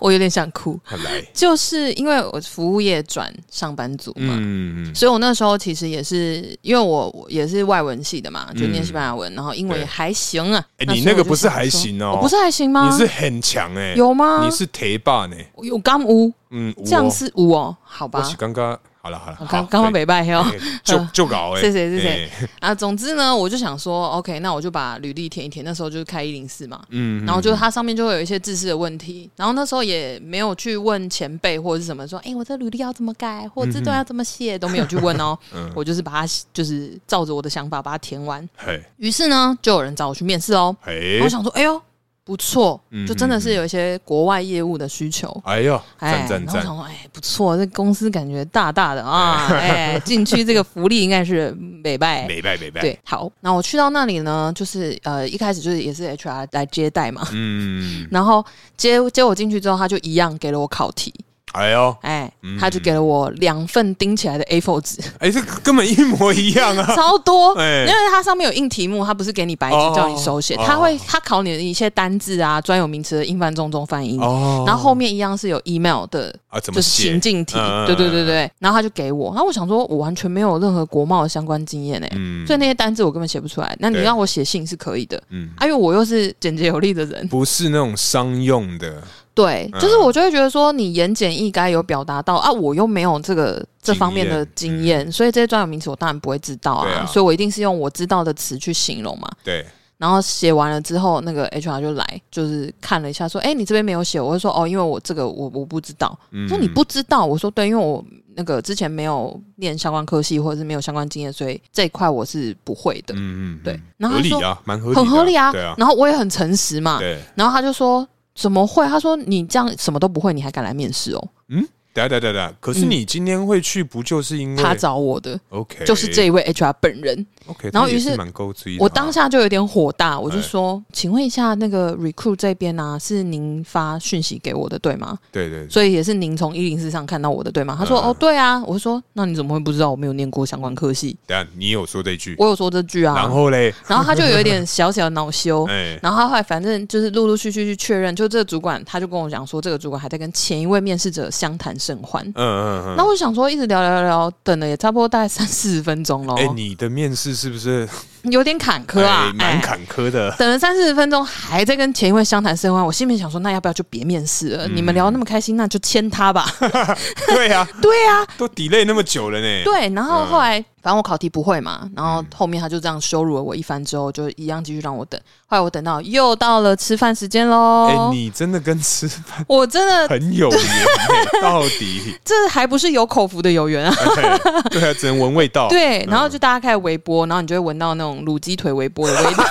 B: 我有点想哭，
A: 来，
B: 就是因为我服务业转上班族嘛，
A: 嗯，
B: 所以我那时候其实也是，因为我我也是外文系的嘛，就念西班牙文，然后英文也
A: 嗯对
B: 还行啊。
A: 哎
B: 那
A: 你
B: 时候
A: 那个
B: 我就
A: 不是
B: 想
A: 还
B: 说
A: 行哦
B: 我不是还行吗？
A: 你是很强哎，
B: 有吗？
A: 你是铁霸呢，
B: 我有刚五，
A: 嗯，
B: 这样
A: 我
B: 是五哦，好
A: 我
B: 吧
A: 是，刚刚好了好了
B: 我，
A: 好
B: 刚刚刚
A: 可以
B: 北拜
A: [laughs]
B: 哦
A: 哎就就
B: [laughs]
A: 搞哎，
B: 谢谢谢谢
A: 哎，
B: 啊。总之呢，我就想说，OK，那我就把履历填一填，那时候就是开一零四嘛。
A: 嗯，
B: 然后就它上面就会有一些知识的问题，然后那时候也没有去问前辈或者是什么说，哎、我这履历要怎么改，或这段要怎么写，都没有去问哦。
A: 嗯
B: [laughs] 我就是把它就是照着我的想法把它填完，
A: 嘿，
B: 于是呢，就有人找我去面试哦。
A: 哎
B: 然后我，想说，哎呦，不错
A: 嗯，
B: 就真的是有一些国外业务的需求。
A: 哎呦，
B: 哎
A: 赞，赞
B: 然后我
A: 赞，
B: 想说，哎，不错，这公司感觉大大的
A: [laughs]
B: 啊，哎，进去这个福利应该是美拜。
A: 美拜美拜，
B: 哎对，好，那我去到那里呢，就是呃，一开始就是也是 HR 来接待嘛，
A: 嗯，
B: 然后接接我进去之后，他就一样给了我考题，
A: 哎呦，
B: 哎
A: 嗯，
B: 他就给了我两份钉起来的 A4
A: [laughs]
B: 纸，
A: 哎，这根本一模一样
B: [laughs]
A: 啊，
B: 超多，
A: 哎
B: 因为它上面有印题目，它不是给你白纸
A: 哦
B: 叫你手写，
A: 哦
B: 它会它考你的一些单字啊、专有名词的英翻中中翻译，
A: 哦
B: 然后后面一样是有 email 的，
A: 啊怎
B: 就
A: 么
B: 是
A: 写
B: 情？境题
A: 嗯嗯嗯，
B: 对对对对，然后他就给我，然后我想说，我完全没有任何国贸的相关经验诶，哎
A: 嗯
B: 所以那些单字我根本写不出来。那你
A: 对
B: 让我写信是可以的，
A: 嗯，
B: 啊，因为我又是简洁有力的人，
A: 不是那种商用的，
B: 对，
A: 嗯
B: 就是我就会觉得说你言简意赅有表达到啊，我又没有这个这方面的
A: 经验嗯
B: 经验，所以这些专有名词我当然不会知道
A: 对
B: 啊，
A: 啊
B: 所以我一定是用我知道的词去形容嘛。
A: 对，
B: 然后写完了之后，那个 HR 就来，就是看了一下，说：“哎、你这边没有写。”我就说：“哦，因为我这个我我不知道。
A: 嗯
B: 说：“你不知道？”我说：“对，因为我那个之前没有念相关科系，或者是没有相关经验，所以这一块我是不会的。
A: 嗯嗯，嗯
B: 对然后
A: 合
B: 他
A: 理
B: 说
A: 啊，蛮合理的，
B: 很合理啊，
A: 对啊，
B: 然后我也很诚实嘛。
A: 对，
B: 然后他就说：“怎么会？”他说：“你这样什么都不会，你还敢来面试哦
A: 等下等下等下，可是你今天会去，不就是因？”为
B: 嗯他找我的
A: OK
B: 就是这一位 HR 本人。
A: OK，
B: 然后
A: 这也
B: 于是
A: 蛮勾追的哈，
B: 我当下就有点火大，我就
A: 哎
B: 说：“请问一下，那个 recruit 这边啊，是您发讯息给我的，对吗？”
A: 啊对对对
B: 所以也是您从一零四上看到我的，对吗？他说：“
A: 嗯
B: 哦，对啊。”我说：“那你怎么会不知道我没有念过相关科系
A: 等下你有说这句？”，
B: 我有说这句
A: 嗯
B: 啊，
A: 然后嘞，，
B: 然后他就有一点小小的恼羞
A: [laughs] 哎，
B: 然后他后来反正就是陆陆续续去确认，就这个主管他就跟我讲说，这个主管还在跟前一位面试者相谈甚欢。
A: 嗯嗯
B: 那
A: 嗯。
B: 我就想说，一直聊聊聊，等了也差不多大概三四十分钟喽，
A: 哎，你的面试是不是
B: 有点坎坷啊
A: 哎，蛮
B: 哎
A: 坎坷的？ [laughs]
B: 等了三四十分钟，还在跟前一位相谈甚欢，我心里面想说，那要不要就别面试了？
A: 嗯
B: 你们聊那么开心，那就签他吧。
A: [laughs] 对啊，
B: 对啊，
A: 都 delay 那么久了呢。
B: 对，然后后
A: 嗯
B: 来、反正我考题不会嘛，然后后面他就这样羞辱了我一番之后，就一样继续让我等。后来我等到又到了吃饭时间喽，
A: 哎、你真的跟吃饭
B: 我
A: [laughs]
B: 真的
A: 很有缘
B: [laughs]
A: 欸到底？
B: 这还不是有口福的有缘啊。
A: 哎对啊，只能闻味道。
B: 对，然
A: 嗯
B: 后就大家开始微波，然后你就会闻到那种卤鸡腿微波的味道。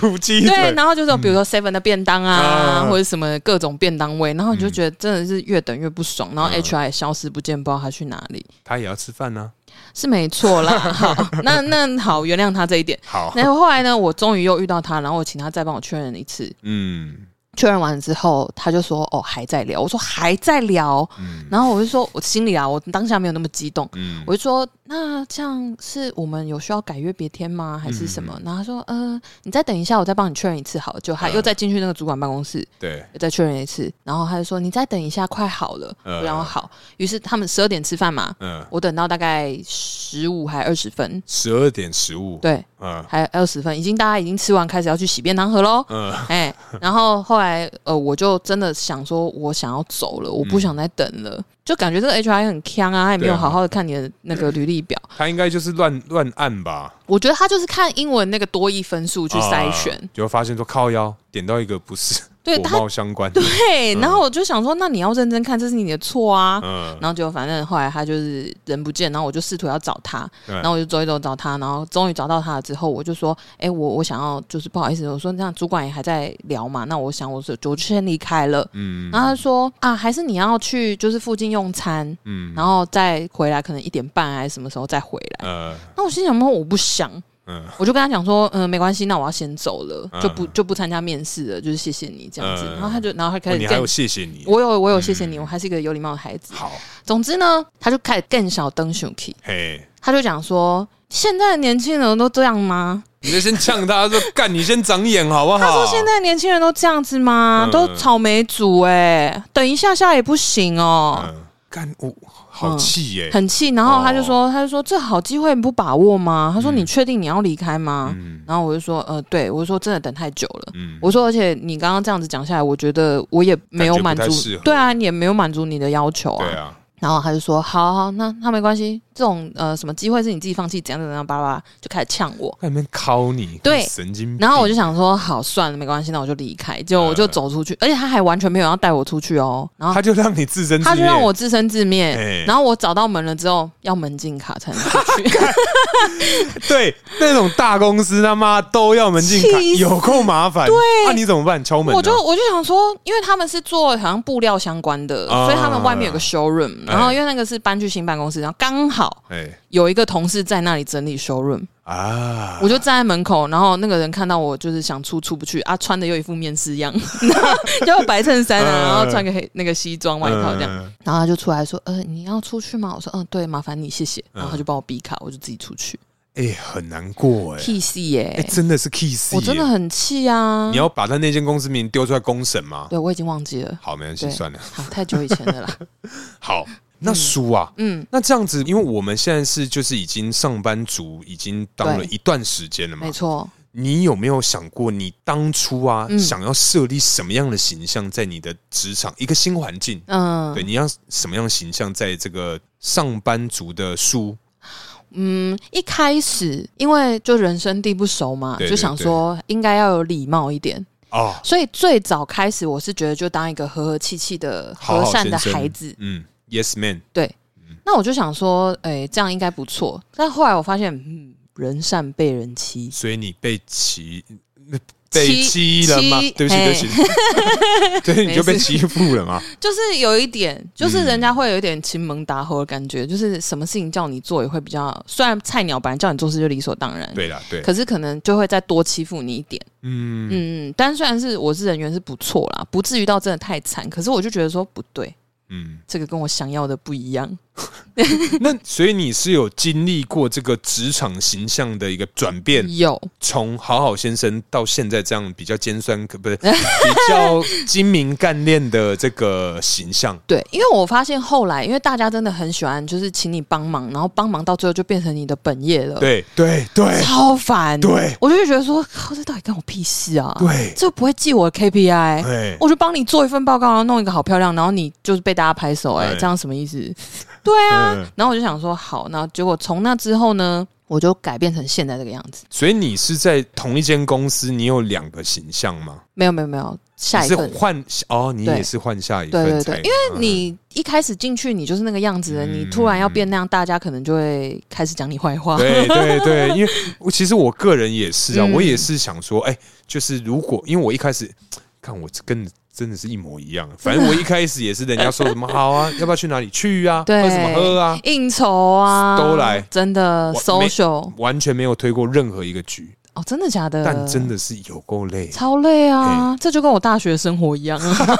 A: 卤鸡
B: 对，
A: 腿，
B: 然后就是比如说 Seven 的便当啊，
A: 啊
B: 或者什么各种便当味，然后你就觉得真的是越等越不爽，然后 HR 也消失不见，不知道他去哪里，
A: 他也要吃饭呢、
B: 是没错啦。好，那那好，原谅他这一点。
A: 好，
B: 然后后来呢，我终于又遇到他，然后我请他再帮我确认一次。
A: 嗯
B: 确认完之后，他就说：“哦，还在聊。”我说：“还在聊。
A: 嗯
B: 然后我就说：“我心里啊，我当下没有那么激动。”
A: 嗯，
B: 我就说，那这样是我们有需要改约别天吗？还是什么？然后他说，呃，你再等一下，我再帮你确认一次好了。就他
A: 嗯
B: 又再进去那个主管办公室，
A: 对，
B: 又再确认一次。然后他就说，你再等一下，快好了。
A: 嗯
B: 我然后好，于是他们十二点吃饭嘛，
A: 嗯，
B: 我等到大概十五还二十分，
A: 十二点十五，，
B: 对，
A: 嗯
B: 还二十分，已经大家已经吃完，开始要去洗便当
A: [laughs]
B: 盒喽。
A: 嗯
B: 哎，然后后来呃，我就真的想说，我想要走了，我不想再等了，就感觉这个 HR 很呛啊，他也没有
A: 嗯对啊
B: 好好的看你的那个履历表。
A: 他应该就是乱乱按吧，
B: 我觉得他就是看英文那个多益分数去筛选，
A: 啊就会发现说靠腰点到一个不是，
B: 对
A: 火
B: 他
A: 冒相关。
B: 对，然后我就想说，那你要认真看，这是你的错啊。
A: 嗯，
B: 然后结果反正后来他就是人不见，然后我就试图要找他，
A: 对
B: 然后我就走一走找他，然后终于找到他了之后，我就说，哎、我我想要就是不好意思，我说那主管也还在聊嘛，那我想我是我就先离开了。
A: 嗯
B: 然后他说啊，还是你要去就是附近用餐，
A: 嗯，
B: 然后再回来，可能一点半还是什么时候再回来。
A: 呃
B: 那我心想说我不想，
A: 嗯
B: 我就跟他讲说，嗯、没关系，那我要先走了，
A: 嗯
B: 就不就不参加面试了，就是谢谢你这样子。
A: 嗯
B: 然后他就，然后他开
A: 哦
B: 始
A: 你嗯还
B: 更
A: 有谢谢你，
B: 我有我有谢谢你，我还是一个有礼貌的孩子。
A: 好，
B: 总之呢，他就开始更小登熊 key，
A: 嘿，
B: 他就讲说，现在的年轻人都这样吗？
A: 你就先呛他说，干，你先长眼好不好？
B: 他说现在的年轻人都这样子
A: 啊
B: 吗？
A: 嗯
B: 都草莓族哎、等一下下也不行哦、
A: 嗯，干我好气耶，
B: 很气。然后他就
A: 哦
B: 说，他就说这好机会你不把握吗？他说你确定你要离开吗？
A: 嗯
B: 然后我就说，呃，对我就说真的等太久了。
A: 嗯，
B: 我说，而且你刚刚这样子讲下来，我觉得我也没有满
A: 感觉不太
B: 足
A: 适合，
B: 对啊，你也没有满足你的要求啊。
A: 对啊，
B: 然后他就说，好好，那那没关系，这种呃什么机会是你自己放弃，怎样怎样，巴拉巴拉，就开始呛我。
A: 在那边敲你，
B: 对
A: 神经病。
B: 然后我就想说，好，算了，没关系，那我就离开。结果我就走出去，而且他还完全没有要带我出去哦。然
A: 嗯
B: 后
A: 他就让你自生自灭，
B: 他就让我自生自灭。
A: 哎啊
B: 然后我找到门了之后，要门禁卡才
A: [laughs]
B: 能出去。
A: 对那种大公司他妈都要门禁卡，
B: 气死
A: 有够麻烦。对，那、你怎么办？敲门啊、
B: 我就我就想说，因为他们是做好像布料相关的，
A: 啊
B: 所以他们外面有个 showroom，、
A: 哎
B: 然后因为那个是搬去新办公室，然后刚好
A: 哎
B: 有一个同事在那里整理 showroom，、
A: 啊
B: 我，就站在门口，然后那个人看到我就是想出出不去啊，穿的又一副面试样， [laughs] 然后就白衬衫啊，
A: 嗯
B: 然后穿个黑那个西装外套这样，
A: 嗯
B: 然后他就出来说，呃，你要出去吗？我说，嗯、对，麻烦你，谢谢。然后他就帮我逼卡，我就自己出去
A: 哎、很难过哎、
B: ，T C 耶、
A: 哎、真的是 kiss，、
B: 我真的很气啊
A: 你。要把他那间公司名丢出来公审吗？
B: 对，我已经忘记了，
A: 好，没关系，
B: 对
A: 算了。
B: 好，太久以
A: [laughs]
B: 前的啦。
A: 好，那叔啊。
B: 嗯，
A: 那这样子，因为我们现在是就是已经上班族，已经当了
B: 对
A: 一段时间了嘛
B: 没。错。
A: 你有没有想过，你当初啊、
B: 嗯
A: 想要设立什么样的形象在你的职场一个新环境？
B: 嗯，
A: 对，你要什么样的形象在这个上班族的书？
B: 嗯，一开始因为就人生地不熟嘛，
A: 对
B: 就想说应该要有礼貌一点，
A: 哦，
B: 所以最早开始我是觉得就当一个和和气气的、
A: 好好
B: 和善的
A: 先生
B: 孩子。
A: 嗯，Yes man，
B: 对，那我就想说，哎、这样应该不错。但后来我发现，嗯，人善被人欺，
A: 所以你被欺被欺了吗？
B: 欺
A: 对不起，对不起，对，你就被
B: 没事
A: 欺负了嘛？
B: 就是有一点，就是人
A: 嗯
B: 家会有一点亲蒙打吼的感觉，就是什么事情叫你做也会比较，虽然菜鸟本来叫你做事就理所当然，
A: 对啦，对，
B: 可是可能就会再多欺负你一点。
A: 嗯，
B: 嗯，但虽然是我是人缘是不错啦，不至于到真的太惨，可是我就觉得说不对，
A: 嗯，
B: 这个跟我想要的不一样。 [laughs]
A: 那所以你是有经历过这个职场形象的一个转变，
B: 有，
A: 从好好先生到现在这样比较尖酸，可不
B: [laughs]
A: 是比较精明干练的这个形
B: [laughs]
A: 象，
B: 对，因为我发现后来，因为大家真的很喜欢，就是请你帮忙，然后帮忙到最后就变成你的本业了，，
A: 对，对，对，
B: 超烦。
A: [laughs] 对，
B: 我就会觉得说，靠，这到底干我屁事啊？
A: 对
B: 这不会记我的 KPI。
A: 对，
B: 我就帮你做一份报告，然后弄一个好漂亮，然后你就是被大家拍手、哎，
A: 哎
B: 这样什么意思？对啊，
A: 嗯
B: 然后我就想说，好，那结果从那之后呢，我就改变成现在这个样子。
A: 所以你是在同一间公司，你有两个形象吗？
B: 没有没有没有，下
A: 你
B: 一
A: 是
B: 份。
A: 换哦，你
B: 对
A: 也是换下一
B: 对
A: 份
B: 对
A: 才，啊
B: 对，因为你一开始进去，你就是那个样子的，
A: 嗯
B: 你突然要变那样，大家可能就会开始讲你坏话。
A: 对对对，因
B: [laughs]
A: 为我其实我个人也是啊，
B: 嗯
A: 我也是想说，哎，就是如果因为我一开始看我跟真的是一模一样，反正我一开始也是人家说什
B: [laughs]
A: 么好啊，要不要去哪里去啊，喝
B: 对
A: 什么喝啊，
B: 应酬啊，
A: 都来
B: 真的
A: 我
B: social
A: 完全没有推过任何一个局，
B: 哦，真的假的？
A: 但真的是有够
B: [laughs]
A: 累。
B: 超累啊！这就跟我大学生活一样啊，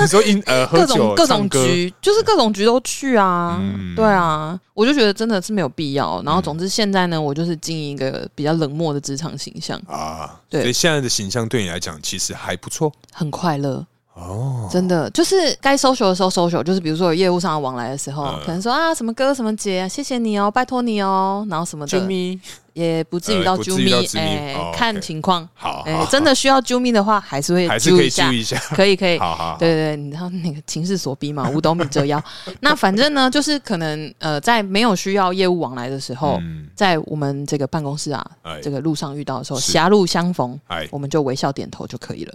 A: 你说因呃喝
B: 各
A: 酒
B: 种各
A: 唱
B: 种
A: 歌
B: 局，就是各种局都去啊
A: 嗯。
B: 对啊，我就觉得真的是没有必要。然后，总之现在呢，我就是经营一个比较冷漠的职场形象，
A: 啊，
B: 对
A: 所以现在的形象对你来讲其实还不错
B: 很快乐。
A: 哦。
B: 真的就是该 social 的时候 social，就是比如说有业务上的往来的时候，
A: 嗯
B: 啊可能说啊什么哥什么姐，谢谢你哦，拜托你哦，然后什么的，
A: 咪，
B: 也不至于到
A: 呃不至
B: 啾
A: 于
B: 咪
A: 到啾，咪
B: 哎
A: 哦，，OK
B: 看情况。
A: 好， [laughs]
B: 哎
A: 好，
B: 真的需要啾咪的话，还是会
A: 还是
B: 啾
A: 可
B: 一
A: 以
B: 下
A: 注，意一下，
B: 可以可以。
A: 好好，好
B: 对对，对你知道那个情势所逼嘛，五斗米折腰。那反正呢，就是可能呃，在没有需要业务往来的时候，
A: 嗯，
B: 在我们这个办公室啊，
A: 哎
B: 这个路上遇到的时候，
A: 是
B: 狭路相逢，
A: 哎，
B: 我们就微笑点头就可以了，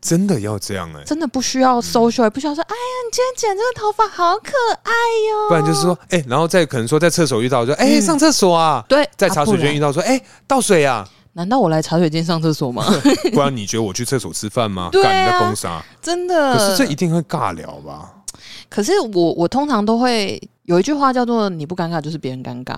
A: 真的要这样哎，
B: 真的不需要 social，也不需要说，哎呀，你今天剪这个头发好可爱哟、
A: 不然就是说，哎，然后再可能说在厕所遇到，说哎上厕所啊，
B: 嗯对，
A: 在
B: 啊
A: 茶水间遇。
B: 不
A: 到
B: 然
A: 说，哎倒水啊，
B: 难道我来茶水间上厕
A: [laughs]
B: 所吗？
A: 不然你觉得我去厕所吃饭吗？
B: 对啊呃
A: 干你在封杀，
B: 真的。
A: 可是这一定会尬聊吧？
B: 可是我我通常都会有一句话叫做“你不尴尬就是别人尴尬”，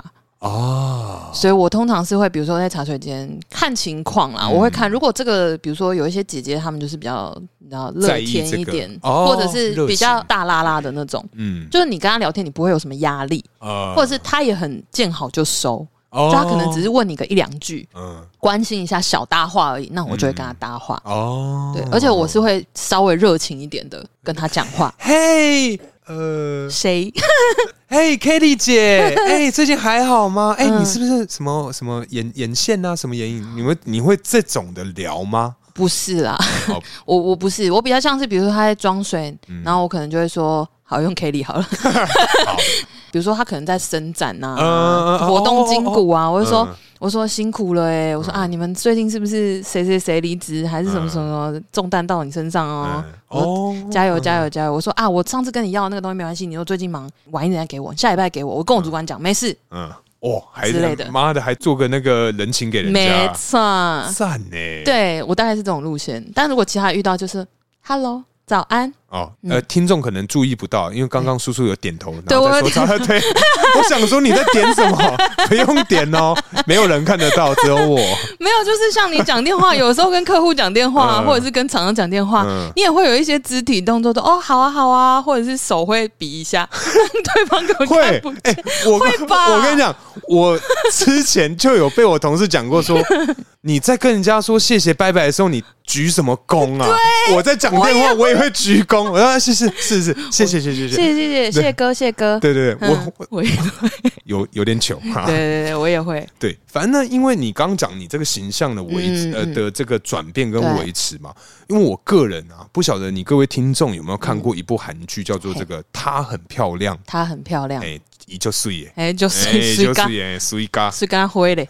A: 啊，
B: 所以我通常是会比如说在茶水间看情况
A: 嗯
B: 啦，我会看如果这个比如说有一些姐姐她们就是比较你知道乐
A: 在意
B: 天
A: 这
B: 一
A: 个
B: 点，
A: 哦
B: 或者是比
A: 热
B: 较
A: 情
B: 大拉拉的那种，
A: 嗯，
B: 就是你跟她聊天你不会有什么压力，
A: 呃
B: 或者是她也很见好就收，
A: 哦
B: 就她可能只是问你个一两句，
A: 嗯
B: 关心一下小搭话而已，那我就会跟她搭话。
A: 哦，。
B: 对，而且我是会稍微热情一点的跟她讲话
A: 嘿。呃，
B: 谁？
A: 嘿 k a t i e
B: [laughs]
A: 姐，哎，最近还好吗？哎，
B: 嗯
A: 你是不是什么什么眼眼线啊，什么眼影？你会你会这种的聊吗？
B: 不是啦
A: 哦，
B: [laughs] 我我不是，我比较像是，比如说他在装水，
A: 嗯
B: 然后我可能就会说，好用 Kelly 好了。 [laughs] 比如说他可能在伸展呐、
A: 嗯嗯嗯
B: 活动筋骨啊，我就说，
A: 嗯
B: 我说辛苦了哎、我说、啊，你们最近是不是谁谁谁离职，还是什么什么重担到你身上哦？
A: 嗯
B: 我说
A: 哦
B: 加油加油加油！我说啊，我上次跟你要的那个东西没关系，你说最近忙，晚一点再给我，下礼拜给我。我跟我主管讲，没事，
A: 嗯，哦，还
B: 之类的
A: 妈的，还做个那个人情给人
B: 没
A: 家，
B: 错。
A: 赞呢。，
B: 对我大概是这种路线，但如果其他遇到就是 Hello 早安，
A: 哦，呃，听众可能注意不到，因为刚刚叔叔有点头，
B: 嗯对
A: 然后在说
B: 我
A: 他，
B: [laughs]
A: 对，我想说你在点什么？不用点哦，没有人看得到，只有我。
B: 没有，就是像你讲
A: [laughs]
B: 电话，有时候跟客户讲电话，
A: 嗯
B: 或者是跟厂商讲电话，
A: 嗯
B: 你也会有一些肢体动作的哦，好啊，好啊，或者是手会比
A: [laughs]
B: 一下，对方根本
A: 会
B: 看不见。，哎
A: 哎我
B: 会吧
A: 我跟你讲，我之前就有被我同事讲过
B: [laughs]
A: 说，你在跟人家说谢谢拜拜的时候，你鞠什么躬啊？我在讲电话，我也会鞠躬。我说是是是是，谢谢谢谢谢
B: 谢
A: 谢，
B: 谢谢谢谢谢哥，谢谢哥。
A: 对对对，我
B: 嗯
A: 我
B: 我也会，
A: 有有点糗哈。
B: 对对对，我也会。
A: 对，反正呢，因为你刚讲你这个形象的维持、
B: 嗯
A: 呃
B: 嗯
A: 的这个转变跟
B: 对
A: 维持嘛，因为我个人啊，不晓得你各位听众有没有
B: 嗯
A: 看过一部韩剧，叫做这个《她很漂亮》，
B: 她很漂亮，
A: 哎，也就碎耶，
B: 哎，就
A: 哎，
B: 是
A: 就是哎
B: 刚
A: 是碎嘎，
B: 是跟他挥嘞，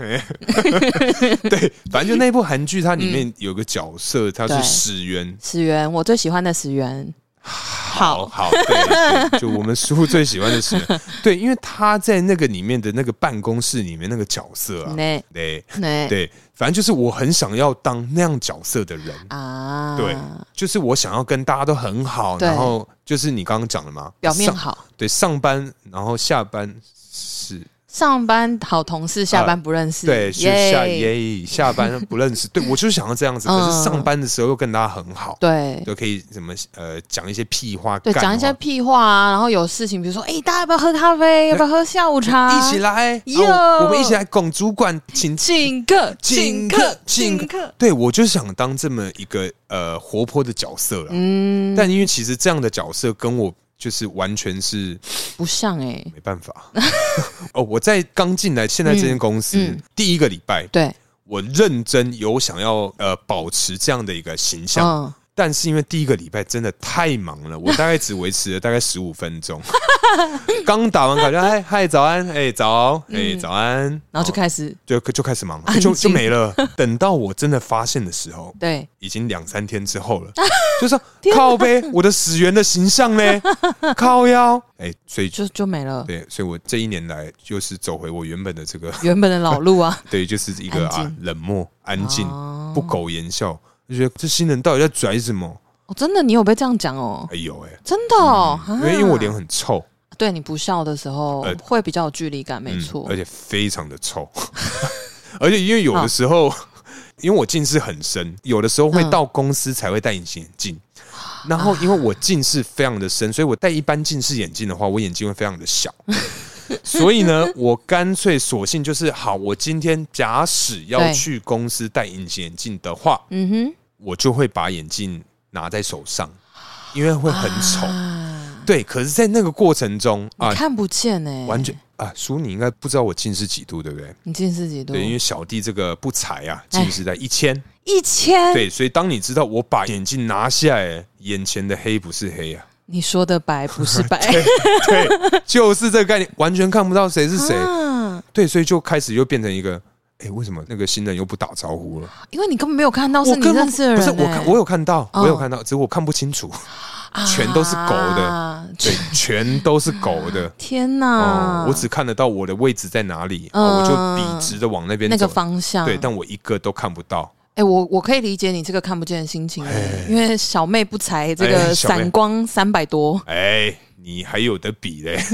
A: 对，反正就那部韩剧，它里面有个角色，他是
B: 嗯对
A: 石原。
B: 石原，我最喜欢的石原。
A: 好好，对，对就我们叔最喜欢的石
B: [laughs]
A: 原，对，因为他在那个里面的那个办公室里面那个角色啊，
B: 那
A: 对
B: 那
A: 对，反正就是我很想要当那样角色的人，
B: 啊，
A: 对，就是我想要跟大家都很好，
B: 对
A: 然后就是你刚刚讲的嘛，
B: 表面
A: 上
B: 好，
A: 对上班，然后下班是
B: 上班好同事，下班不认识，
A: 啊对是下
B: 耶
A: 耶，下班不认
B: [laughs]
A: 识，对我就是想要这样子，可是
B: 嗯
A: 上班的时候又跟大家很好，
B: 对
A: 就可以什么呃讲一些屁话，
B: 对，
A: 干
B: 讲一些
A: 话
B: 屁话啊，然后有事情，比如说，哎、大家要不要喝咖啡？要不要喝下午茶？
A: 一起来，
B: 哟
A: 啊我我们一起来拱主管，请
B: 请客，
A: 请
B: 请
A: 客
B: 客，
A: 请
B: 请
A: 客
B: 客。
A: 对我就想当这么一个呃活泼的角色了，
B: 嗯，
A: 但因为其实这样的角色跟我就是完全是。
B: 不像哎、
A: 没办法。 [laughs] 哦，我在刚进来现在这间公司、
B: 嗯嗯
A: 第一个礼拜，
B: 对，
A: 我认真有想要呃保持这样的一个形象，
B: 嗯，
A: 但是因为第一个礼拜真的太忙了，我大概只维持了大概十五分钟。 [laughs] 刚打完卡就嗨嗨早安，哎、早，哎、早安，
B: 然后就
A: 哦
B: 开始，
A: 就就开始忙了，
B: 嗯安
A: 就就
B: 静
A: 没了。等到我真的发现的时候，
B: 对，
A: 已经两三天之
B: [laughs]
A: 后了，就说靠呗，我的始源的形象呢？靠腰，哎、所以
B: 就就没了。
A: 对，所以我这一年来就是走回我原本的这个， [laughs]
B: 原本的老路啊，
A: 对，就是一个啊
B: 安
A: 冷漠、安静、
B: 哦
A: 不苟言笑，就觉得这新人到底在拽什么？
B: 哦，真的，你有被这样讲哦，
A: 哎呦哎、
B: 真的哦，
A: 因
B: 啊
A: 为因为我脸很臭，
B: 对你不笑的时候、
A: 呃
B: 会比较有距离感，没
A: 嗯
B: 错
A: 而，且非常的臭， [laughs] 而且因为有的时候，因为我近视很深，有的时候会
B: 哦嗯
A: 到公司才会戴隐形眼镜。然后，因为我近视非常的深，所以我戴一般近视眼镜的话，我眼睛会非常的
B: [laughs]
A: 小。所以呢，我干脆索性就是，好，我今天假使要
B: 对
A: 去公司戴隐形眼镜的话，
B: 嗯
A: 我就会把眼镜拿在手上，因为会
B: 哼，
A: 很丑。
B: 啊
A: 对，可是，在那个过程中啊
B: 你，看不见哎、
A: 完全啊，叔，你应该不知道我近视几度，对不对？
B: 你近视几度？
A: 对，因为小弟这个不才啊，
B: 哎
A: 近视在一千。
B: 一千。
A: 对，所以当你知道我把眼镜拿下来，眼前的黑不是黑啊， [laughs]
B: 你说的白不是白，
A: 对，就是这个概念，完全看不到谁是谁。
B: [laughs] 啊
A: 对，所以就开始又变成一个，哎、为什么那个新人又不打招呼了？
B: 因为你根本没有看到是
A: 我
B: 你
A: 根本
B: 认识的人、
A: 不
B: 欸，
A: 是我看我有看到，
B: 哦
A: 我有看到，只是我看不清
B: [laughs]
A: 楚，全都是狗的
B: 啊
A: 对，全都是狗的。
B: 天哪、
A: 哦，我只看得到我的位置在哪里，
B: 嗯
A: 哦我就笔直的往那边
B: 那个
A: 走。
B: 方向。
A: 对，但我一个都看不到。
B: 哎、我我可以理解你这个看不见的心情、欸，因为小妹不才，这
A: 哎
B: 个
A: 小妹
B: 散光三百多。 [laughs]
A: 哎，你还有的比嘞，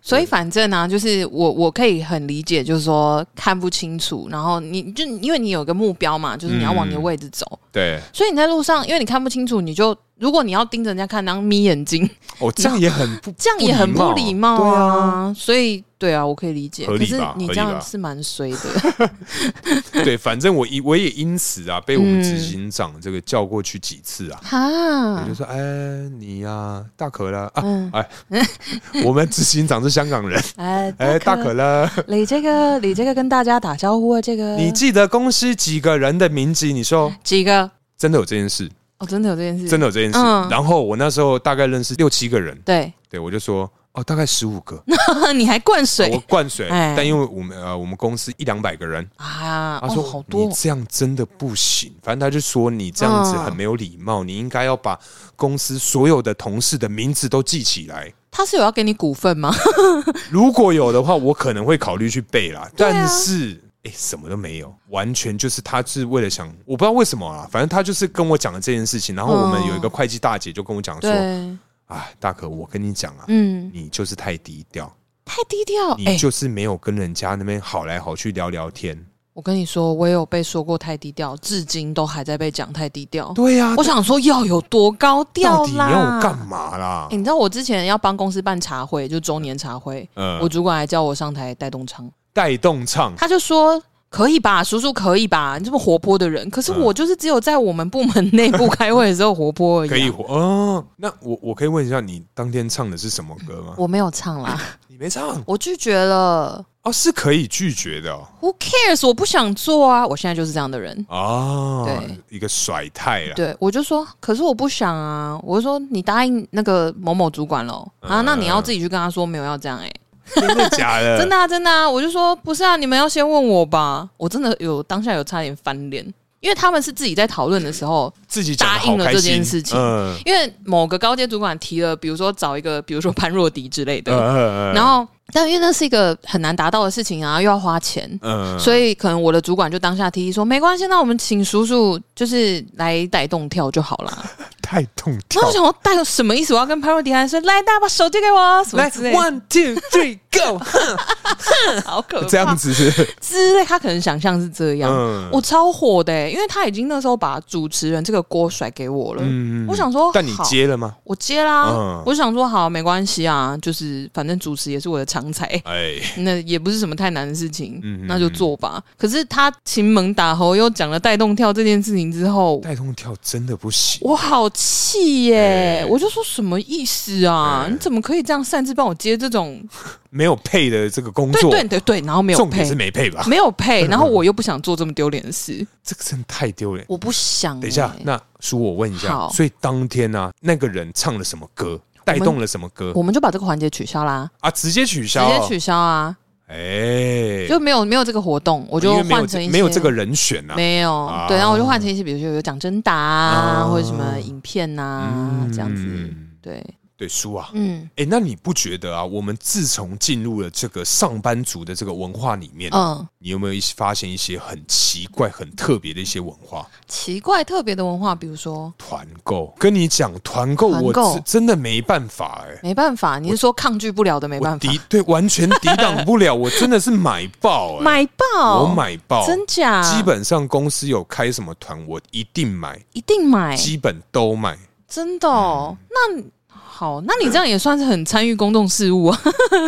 B: 所以反正呢、啊就是我我可以很理解，就是说看不清楚，然后你就因为你有个目标嘛，就是你要往
A: 嗯
B: 你的位置走，
A: 对，
B: 所以你在路上，因为你看不清楚，你就如果你要盯着人家看，然后眯眼睛，
A: 哦，这样也很不，
B: 这样也很不礼貌
A: 对啊。
B: 啊。所以对啊，我可以理解。
A: 合
B: 可
A: 理
B: 是
A: 吧
B: 你
A: 合
B: 这
A: 理吧
B: 样是蛮
A: [laughs]
B: 衰的，
A: 对，反正我因我也因此啊，被我们
B: 嗯
A: 执行长这个叫过去几次啊。我
B: 哈
A: 就。说，哎，你呀、大可了啊！
B: 嗯，
A: 我们执行长是香港人，
B: 哎，
A: 哎，大可，了，
B: 你这个，你这个跟大家打招呼啊，这个
A: 你记得公司几个人的名字？你说
B: 几个？
A: 真的有这件事，
B: 哦，真的有这件事，
A: 真
B: 的
A: 的有这件事。
B: 嗯
A: 然后我那时候大概认识六七个人，
B: 对， [laughs]
A: 对我就说，哦，大概十五个，
B: 你还灌
A: 我
B: 水
A: 灌水。
B: 哎
A: 但因为我们呃，我们公司一两百个人，
B: 啊？
A: 他
B: 哦，
A: 说、
B: 好多嗯
A: 你这样真的不行。反正他就说你这样子很没有礼貌，你应该要把公司所有的同事的名字都记起来。
B: 他是有要给你股份吗？
A: 如果有的话，我可能会考虑去背啦。
B: 对啊
A: 但是，哎、什么都没有，完全就是他是为了想，我不知道为什么啊，反正他就是跟我讲了这件事情。然后我们
B: 嗯
A: 有一个会计大姐就跟我讲说：“
B: 对，
A: 啊，大可，我跟你讲啊，
B: 嗯，
A: 你就是太低调，
B: 太低调。
A: 你
B: 哎，
A: 就是没有跟人家那边好来好去聊聊天。
B: 我跟你说，我也有被说过太低调，至今都还在被讲太低调。
A: 对呀、
B: 我想说要有多高调
A: 到底你
B: 啦？
A: 要我干嘛啦
B: 欸？你知道我之前要帮公司办茶会，就周年茶会，
A: 嗯、
B: 我主管还叫我上台带动唱，
A: 带动唱，
B: 他就说。可以吧，叔叔可以吧？你这么活泼的人，可
A: 嗯
B: 是我就是只有在我们部门内部开会的时候活泼而已、啊
A: 可以，活哦。那我我可以问一下，你当天唱的是什么歌吗？
B: 我没有唱啦，
A: 你没唱
B: [laughs] 我拒绝了。
A: 哦，是可以拒绝的哦。
B: Who cares？我不想做啊！我现在就是这样的人。
A: 啊
B: 对，
A: 一个甩态啦。
B: 对，我就说，可是我不想啊！我就说，你答应那个某某主管喽、
A: 嗯
B: 啊，那你要自己去跟他说，没有要这样哎、
A: 真的假的？
B: [laughs] 真的啊，真的啊！我就说不是啊，你们要先问我吧。我真的有当下有差点翻脸，因为他们是自己在讨论的时候，
A: 自己讲得
B: 答应了
A: 好开心
B: 这件事情
A: 嗯
B: 因为某个高阶主管提了，比如说找一个，比如说潘若迪之类的，
A: 嗯
B: 然后但因为那是一个很难达到的事情啊，又要花钱。
A: 嗯
B: 所以可能我的主管就当下提议说，没关系，那我们请叔叔就是来带动跳就好啦。
A: 太动
B: 那
A: 跳
B: 我。想说带什么意思？我要跟潘若迪还说来，大家把手借给我，啊什么
A: 来
B: 之类 [laughs] 的，
A: ，one two three
B: [laughs]
A: go，
B: 好可怕，
A: 这样子是，
B: 之类，他可能想象是这样。
A: 嗯
B: 我超火的欸、因为他已经那时候把主持人这个锅甩给我了。
A: 嗯
B: 我想说，
A: 但你
B: 好，
A: 接了吗？
B: 我接啦。
A: 嗯
B: 我就想说，好，没关系啊，就是反正主持也是我的常才， [laughs]
A: 哎，
B: 那也不是什么太难的事情，
A: 嗯嗯
B: 那就做吧。可是他秦门打猴又讲了带动跳这件事情之后。
A: 带动跳真的不行。
B: 我好气耶、
A: 哎
B: 我就说什么意思啊？
A: 哎
B: 你怎么可以这样擅自帮我接这种？
A: 没有配的这个工
B: 对
A: 作，
B: 对对对，然后没有
A: 重
B: 配
A: 点是，没啊配吧？
B: 没
A: [laughs]
B: 有配，然后我又不想做这么丢脸的事，
A: 这个真的太丢脸。
B: 我不想、
A: 等一下
B: 哎，
A: 那叔，我问一下，
B: 好
A: 所以当天呢、啊，那个人唱了什么歌，带动了什么歌
B: 我们就把这个环节取消啦，
A: 啊？直接取
B: 直
A: 消、
B: 接取消啊，
A: 哎、
B: 就没有没有这个活动，我
A: 我
B: 就换成一些
A: 没有这个人选啊。
B: 没有
A: 啊
B: 对，然后我就换成一些，比如说有讲真答啊，
A: 啊
B: 或者什么影片呐
A: 嗯
B: 这样子，对，
A: 对，叔啊，
B: 嗯
A: 哎、那你不觉得啊？我们自从进入了这个上班族的这个文化里面，
B: 嗯，
A: 你有没有一些发现一些很奇怪、很特别的一些文化？
B: 奇怪特别的文化，比如说
A: 团购，跟你讲，团购
B: 团
A: 我
B: 购
A: 真真的没办法哎、
B: 没办法，你是说抗拒不了的没
A: 我
B: 办法，
A: 抵对完全抵挡不了，我真的是买爆、哎，
B: [laughs] 买爆，
A: 我买爆，哎
B: 真假，
A: 基本上公司有开什么团，我一定买，
B: 一定买，
A: 基本嗯都
B: [laughs]
A: 买。
B: 真的哦，那。好，那你这样也算是很参与公众事务啊。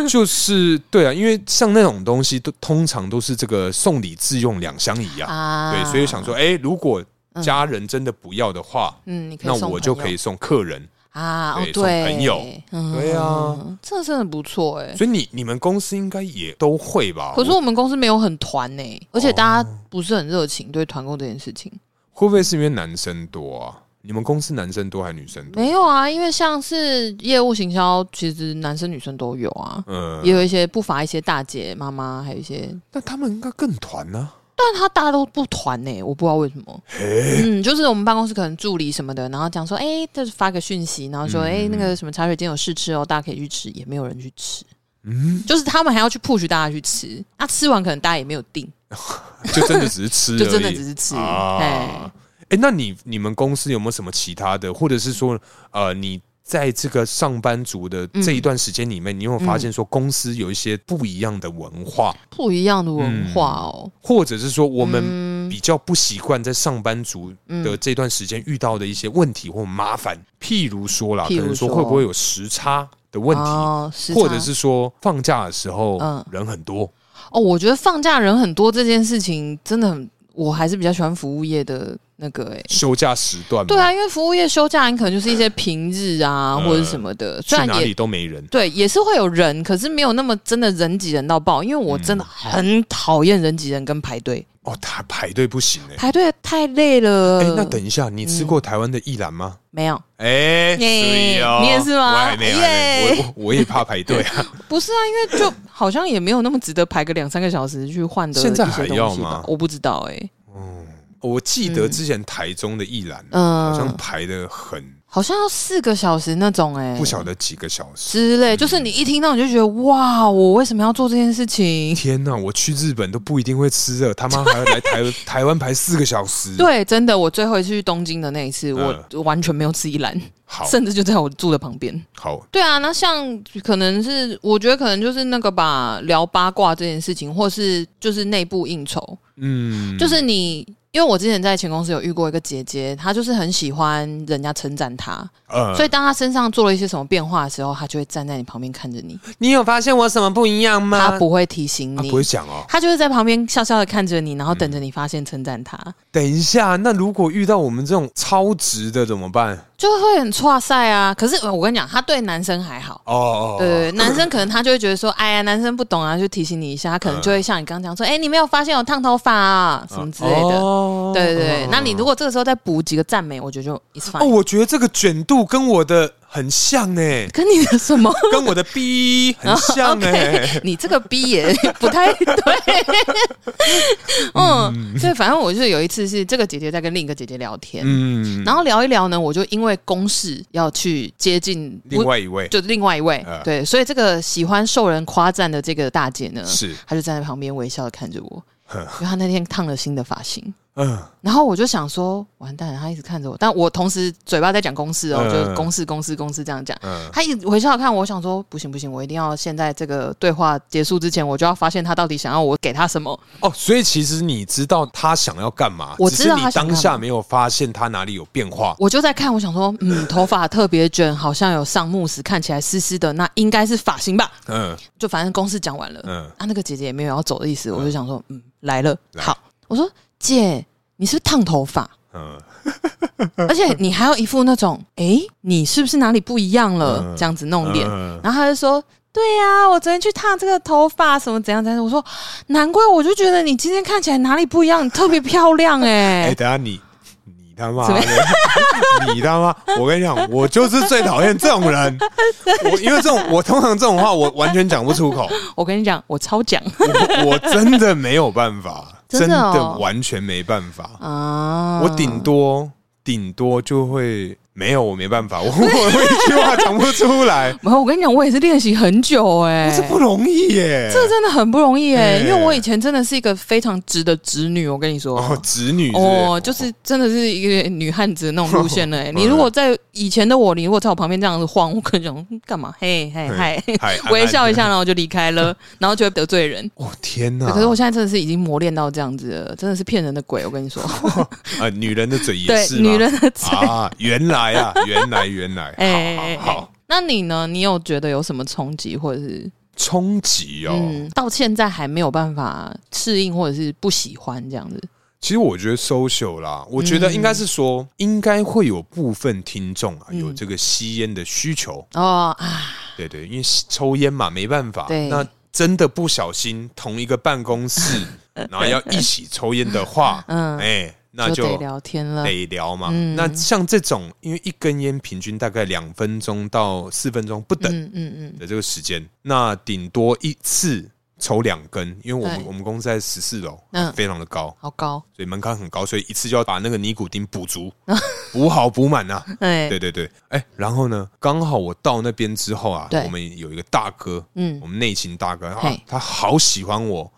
A: 就是对啊，因为像那种东西都通常都是这个送礼自用两相宜啊，[laughs]
B: 啊
A: 对，所以我想，说，哎、如果家人真的不要的话，
B: 嗯，你可以
A: 那
B: 送
A: 我就
B: 朋友
A: 可以送客人
B: 啊，哦
A: 对送
B: 对，
A: 朋友，
B: 嗯
A: 对啊，
B: 这真的不错哎。
A: 所以你你们公司应该也都会吧？
B: 可是
A: 我
B: 我们公司没有很团呢、而且大
A: 哦
B: 家不是很热情对团购这件事情。
A: 会不会是因为男生多啊？你们公司男生多还是女生多？
B: 没有啊，因为像是业务行销，其实男生女生都有啊，
A: 嗯
B: 也，有一些不乏一些大姐妈妈，还有一些，
A: 那他们应该更团啊呢、
B: 但他大家都不团呢、我不知道为什么。嗯，就是我们办公室可能助理什么的，然后讲说，哎、就是发个讯息，然后说，
A: 嗯
B: 哎、那个什么茶水间有试吃哦，大家可以去吃，也没有人去吃。
A: 嗯，
B: 就是他们还要去 push 大家去吃，那、吃完可能大家也没有订，
A: 就真的只是吃而已，
B: [laughs] 就真的只是吃。哎、
A: 啊。哎、那你你们公司有没有什么其他的，或者是说，呃，你在这个上班族的
B: 嗯
A: 这一段时间里面，你有没有发现说公司有一些不一样的文化，
B: 不一样的文化
A: 嗯
B: 哦。
A: 或者是说我们
B: 嗯
A: 比较不习惯在上班族的这段时间遇到的一些问题或麻烦？譬如说啦，可
B: 譬如
A: 能说
B: 说
A: 会不会有时差的问题，
B: 哦、时
A: 或
B: 差
A: 者是说放假的时候、
B: 嗯
A: 人很多，
B: 哦，我觉得放假人很多这件事情真的很，我还是比较喜欢服务业的那个哎、
A: 休假时段嘛
B: 对啊，因为服务业休假，你可能就是一些平日啊，
A: 呃
B: 或者什么的，
A: 去
B: 虽然
A: 哪
B: 也
A: 里都没人。
B: 对，也是会有人，可是没有那么真的人挤人到爆。因为我真的
A: 嗯
B: 很讨厌人挤人跟排队，
A: 哦，他排队不行哎、
B: 排队太累了。
A: 哎、那等一下，你吃过台湾的薏兰吗？
B: 没有，
A: 哎、
B: 耶
A: 所以哦，
B: 你也嗯是啊吗
A: 我还没有，还没有我我我也怕排队 [laughs] 啊。
B: 不是啊，因为就好像也没有那么值得排个两三个小时去换的一些
A: 现在
B: 东
A: 还
B: 西
A: 要
B: 吧
A: 吗？
B: 我不知道哎、
A: 我记得之前台中的薏兰、
B: 嗯、
A: 好像排的很，
B: 好像要四个小时那种哎、
A: 不晓得几个小嗯时。
B: 之类，就是你一听到你就觉得哇，我为什么要做这件事情？ [laughs]
A: 天呐、我去日本都不一定会吃了，他妈还要来
B: [laughs]
A: 台台湾排四个小时。，
B: 对，真的，我最后一次去东京的那一次，
A: 嗯
B: 我完全没有吃一兰，
A: 好
B: 甚至就在我住的旁边。
A: 好，
B: 对啊，那像可能是我觉得可能就是那个吧，聊八卦这件事情，或是就是内部应酬，
A: 嗯，
B: 就是你。因为我之前在前公司有遇过一个姐姐，她就是很喜欢人家称赞她，
A: 呃
B: 所以当她身上做了一些什么变化的时候，她就会站在你旁边看着你，
A: 你有发现我什么不一样吗？
B: 她不会提醒
A: 啊
B: 你，
A: 不会讲哦。
B: 他就是在旁边笑笑的看着你，然后等着你发现称赞他，
A: 等一下，那如果遇到我们这种超值的怎么办？
B: 就会很挫赛啊。可是呃我跟你讲，他对男生还好。
A: 哦哦，哦
B: 对，男生可能他就会觉得说，哎呀，男生不懂啊，就提醒你一下。他可能就会像你刚刚讲说，哎，你没有发现我烫头发啊，什么之类的。
A: 嗯哦
B: 对对对
A: 哦，
B: 那你如果这个时候再补几个赞美，我觉得就 it's
A: 哦，
B: fine。，
A: 我觉得这个卷度跟我的很像哎
B: [laughs] 跟你的什么？
A: 跟我的 B 很
B: [laughs]
A: 像哎、
B: 哦 OK，你这个逼也不太对。嗯，所以反正我就是有一次是这个姐姐在跟另一个姐姐聊天，
A: 嗯，
B: 然后聊一聊呢，我就因为公事要去接近
A: 另外一位
B: 就另外一位，
A: 呃
B: 对，所以这个喜欢受人夸赞的这个大姐呢，
A: 是，
B: 她就站在旁边微笑的看着我，
A: 呵
B: 因为她那天烫了新的发型。
A: 嗯，
B: 然后我就想说，完蛋了，她一直看着我，但我同时嘴巴在讲公事哦，
A: 嗯
B: 就公事公事公事这样讲。
A: 嗯
B: 她一直微笑地看我，我想说不行不行，我一定要现在这个对话结束之前，我就要发现她到底想要我给她什么。
A: 哦，所以其实你知道他想要干嘛，
B: 我
A: 只
B: 知
A: 是
B: 道
A: 你
B: 他想
A: 当
B: 干
A: 下
B: 嘛
A: 没有发现他哪里有变化。
B: 我就在看，我想说，
A: [laughs]
B: 嗯，头发特别卷，好像有上慕斯，看起来湿湿的，那应该是发型吧？
A: 嗯
B: 就反正公事讲完了，
A: 嗯，
B: 啊，那个姐姐也没有要走的意思，我就想说，嗯，来了，
A: 来
B: 好，我说姐，你是不是烫头发？
A: 嗯，
B: [laughs] 而且你还有一副那种，诶，你是不是哪里不一样了？
A: 嗯
B: 这样子弄脸，
A: 嗯
B: 然后她就说。对呀、我昨天去烫这个头发，什么怎样怎样。我说，难怪我就觉得你今天看起来哪里不一样，你特别漂亮哎、
A: [laughs] 哎、等下你你他妈
B: 怎么
A: 的， [laughs] 你他妈！我跟你讲，我就是最讨厌这种人。我因为这种，我通常这种话我完全讲不出口，
B: 我跟你讲，我超讲
A: 我我真的没有办法，
B: [laughs] 真的哦
A: 完全没办法。
B: 啊！
A: 我顶多顶多就会没有，我没办法，我 [laughs] 我
B: [laughs]
A: 一句话讲不出来，
B: 没有，我跟你讲，我也是练习很久哎、
A: 这不容易耶。
B: 这真的很不容易哎、
A: 哎
B: 因为我以前真的是一个非常直的直女，我跟你说。
A: 哦，直女是不是
B: 哦，就是真的是一个女汉子那种路线了、哎
A: 嗯
B: 你如果在以前的我，你如果在我旁边这样子晃，我可能想嗯干嘛？嘿嘿嗨， [laughs]
A: 嗨
B: 微笑
A: 安
B: 一。
A: 安
B: 下，然后就离
A: [laughs]
B: 开了，然后就会得罪人。
A: 哦天哪！
B: 对可是我现在真的是已经磨练到这样子了，真的是骗人的鬼。我跟你说，
A: 呃，女人的嘴也
B: 对
A: 是吗
B: 女人的嘴。
A: 啊，原来啊，原来原来，
B: [laughs] 哎
A: 好好好，
B: 那你呢？你有觉得有什么冲击，或者是
A: 冲击哦。
B: 嗯嗯，到现在还没有办法适应，或者是不喜欢这样子？
A: 其实我觉得 social 啦，我
B: 嗯
A: 觉得应该是说，应该会有部分听众啊、
B: 嗯
A: 有这个吸烟的需求，
B: 哦啊，
A: 对对，因为抽烟嘛没办法，
B: 对
A: 那真的不小心同一个办公
B: [laughs]
A: 室，然后要一起抽烟的话，
B: 嗯
A: 哎，那
B: 就得
A: 就
B: 聊天了，
A: 得聊嘛。
B: 嗯
A: 那像这种，因为一根烟平均大概两分钟到四分钟不等
B: 嗯嗯嗯，
A: 的这个时间，那顶多一次抽两根，因为我们
B: 对
A: 我们公司在十四楼，
B: 嗯
A: 非常的高，
B: 好高，
A: 所以门槛很高，所以一次就要把那个尼古丁补
B: [laughs]
A: 足，补好补满啊。
B: 哎，
A: 对对对，哎、然后呢，刚好我到那边之后啊
B: 对，
A: 我们有一个大哥，
B: 嗯
A: 我们内勤大哥，啊
B: 嘿，
A: 他好喜欢我。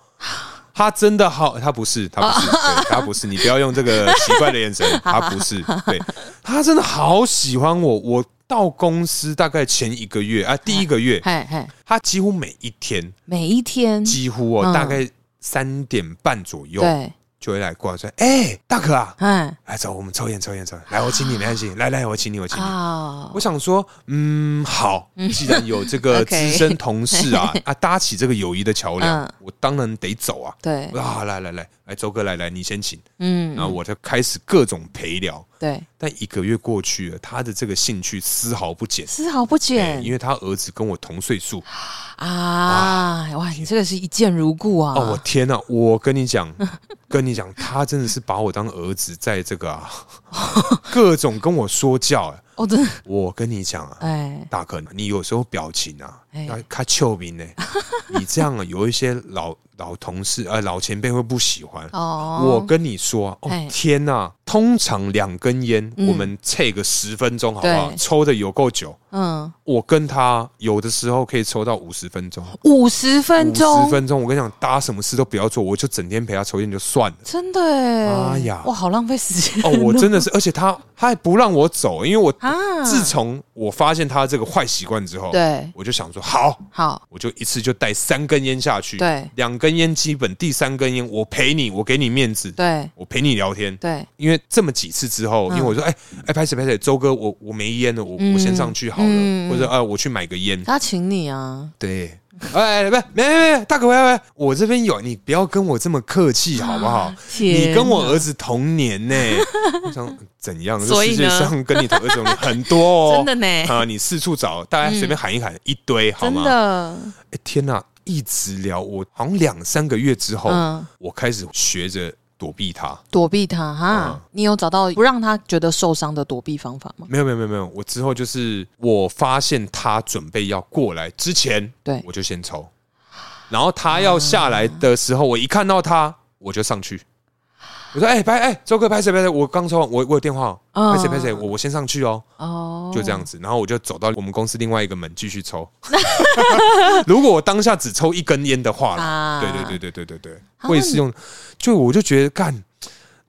A: 他真的好，他不是，他
B: 哦
A: 不是，对，他不是，你不要用这个奇怪的眼
B: [laughs]
A: 神，他不是，对，他真的好喜欢我。我到公司大概前一个月啊，第一个月，
B: 嗨嗨，
A: 他几乎每一天，
B: 每一天，
A: 几乎哦，
B: 嗯
A: 大概三点半左右
B: 对，
A: 就会来过来说，哎，大哥啊，
B: 哎
A: 来走，我们抽烟，抽烟，抽烟，来，我请你，没关系，来来，我请你，我请你。
B: 啊
A: 我，想说，嗯，好，既然有这个
B: [laughs] OK
A: 资深同事
B: [laughs]
A: 啊啊搭起这个友谊的桥
B: 嗯
A: 梁，我当然得走啊。
B: 对
A: 我，说啊，来来来，来周哥来来，你先请，
B: 嗯，
A: 然后我就开始各种陪聊。
B: 对，
A: 但一个月过去了，他的这个兴趣丝毫不减，
B: 丝毫不
A: 哎
B: 减
A: 因为他儿子跟我同岁数。
B: 啊！哇，你这个是一见如故啊！
A: 哦，我天呐、我跟你
B: [laughs]
A: 讲，跟你讲，他真的是把我当儿子，在这个
B: [laughs]
A: 啊各种跟我说教。哎
B: 我哦真的，
A: 我跟你讲啊，
B: 哎
A: 大哥，你有时候表情啊，
B: 哎
A: 要看臭名呢。你这样啊，有一些老老同事呃老前辈会不喜欢。
B: 哦，
A: 我跟你说啊，
B: 哎
A: 哦天呐、通常两根烟，
B: 嗯
A: 我们测个十分钟好不好？
B: 对
A: 抽的有够久，
B: 嗯，
A: 我跟他有的时候可以抽到五十分钟。
B: 五十分
A: 五
B: 钟。
A: 十，分钟，我跟你讲，大家什么事都不要做，我就整天陪他抽烟就算了
B: 真的哎！
A: 哎呀
B: 哇，好浪费时间
A: 哦，我真的是，而且他他还不让我走，因为我
B: [laughs] 啊！
A: 自从我发现他这个坏习惯之后，
B: 对，
A: 我就想说好，
B: 好，
A: 我就一次就带三根烟下去，
B: 对
A: 两根烟基本，第三根烟我陪你，我给你面子，
B: 对
A: 我陪你聊天。
B: 对，
A: 因为这么几次之后，因
B: 嗯
A: 为我说，哎哎，拍谁拍谁，周哥，我我没烟了，我我先上去好
B: 嗯
A: 了，或者啊，我去买个烟。
B: 他请你啊，
A: 对，哎，不，没没没，大哥，喂喂，我这边有，你不要跟我这么客气，好不好？
B: 啊天，
A: 你跟我儿子同
B: [laughs]
A: 年呢、我想怎样？这
B: 所以
A: 世界
B: 呢
A: 上跟你同儿子同年很多哦，
B: [laughs] 真的呢，嗯
A: 啊！你四处找，大家随便喊一喊，一堆好
B: 真
A: 吗？
B: 的，
A: 哎天哪、一直聊，我好像两三个月之后，
B: 嗯，
A: 我开始学着躲避他。
B: 躲避他
A: 嗯
B: 哈。你有找到不让他觉得受伤的躲避方法吗？
A: 没有没有没有没有，我之后就是我发现他准备要过来之前，
B: 对啊
A: 我就先抽，然后他要下来的时候，我一看到他，我就上去。我说：“哎、拍哎、周哥拍谁拍谁？我刚抽完，我我有电话哦，
B: 嗯
A: 拍谁拍谁？我我先上去哦。”
B: 哦，
A: 就这样子，然后我就走到我们公司另外一个门继续抽。 [laughs] 如果我当下只抽一根烟的话
B: 啊
A: 啦，对对对对对对对，
B: 啊
A: 我也是用，就我就觉得干，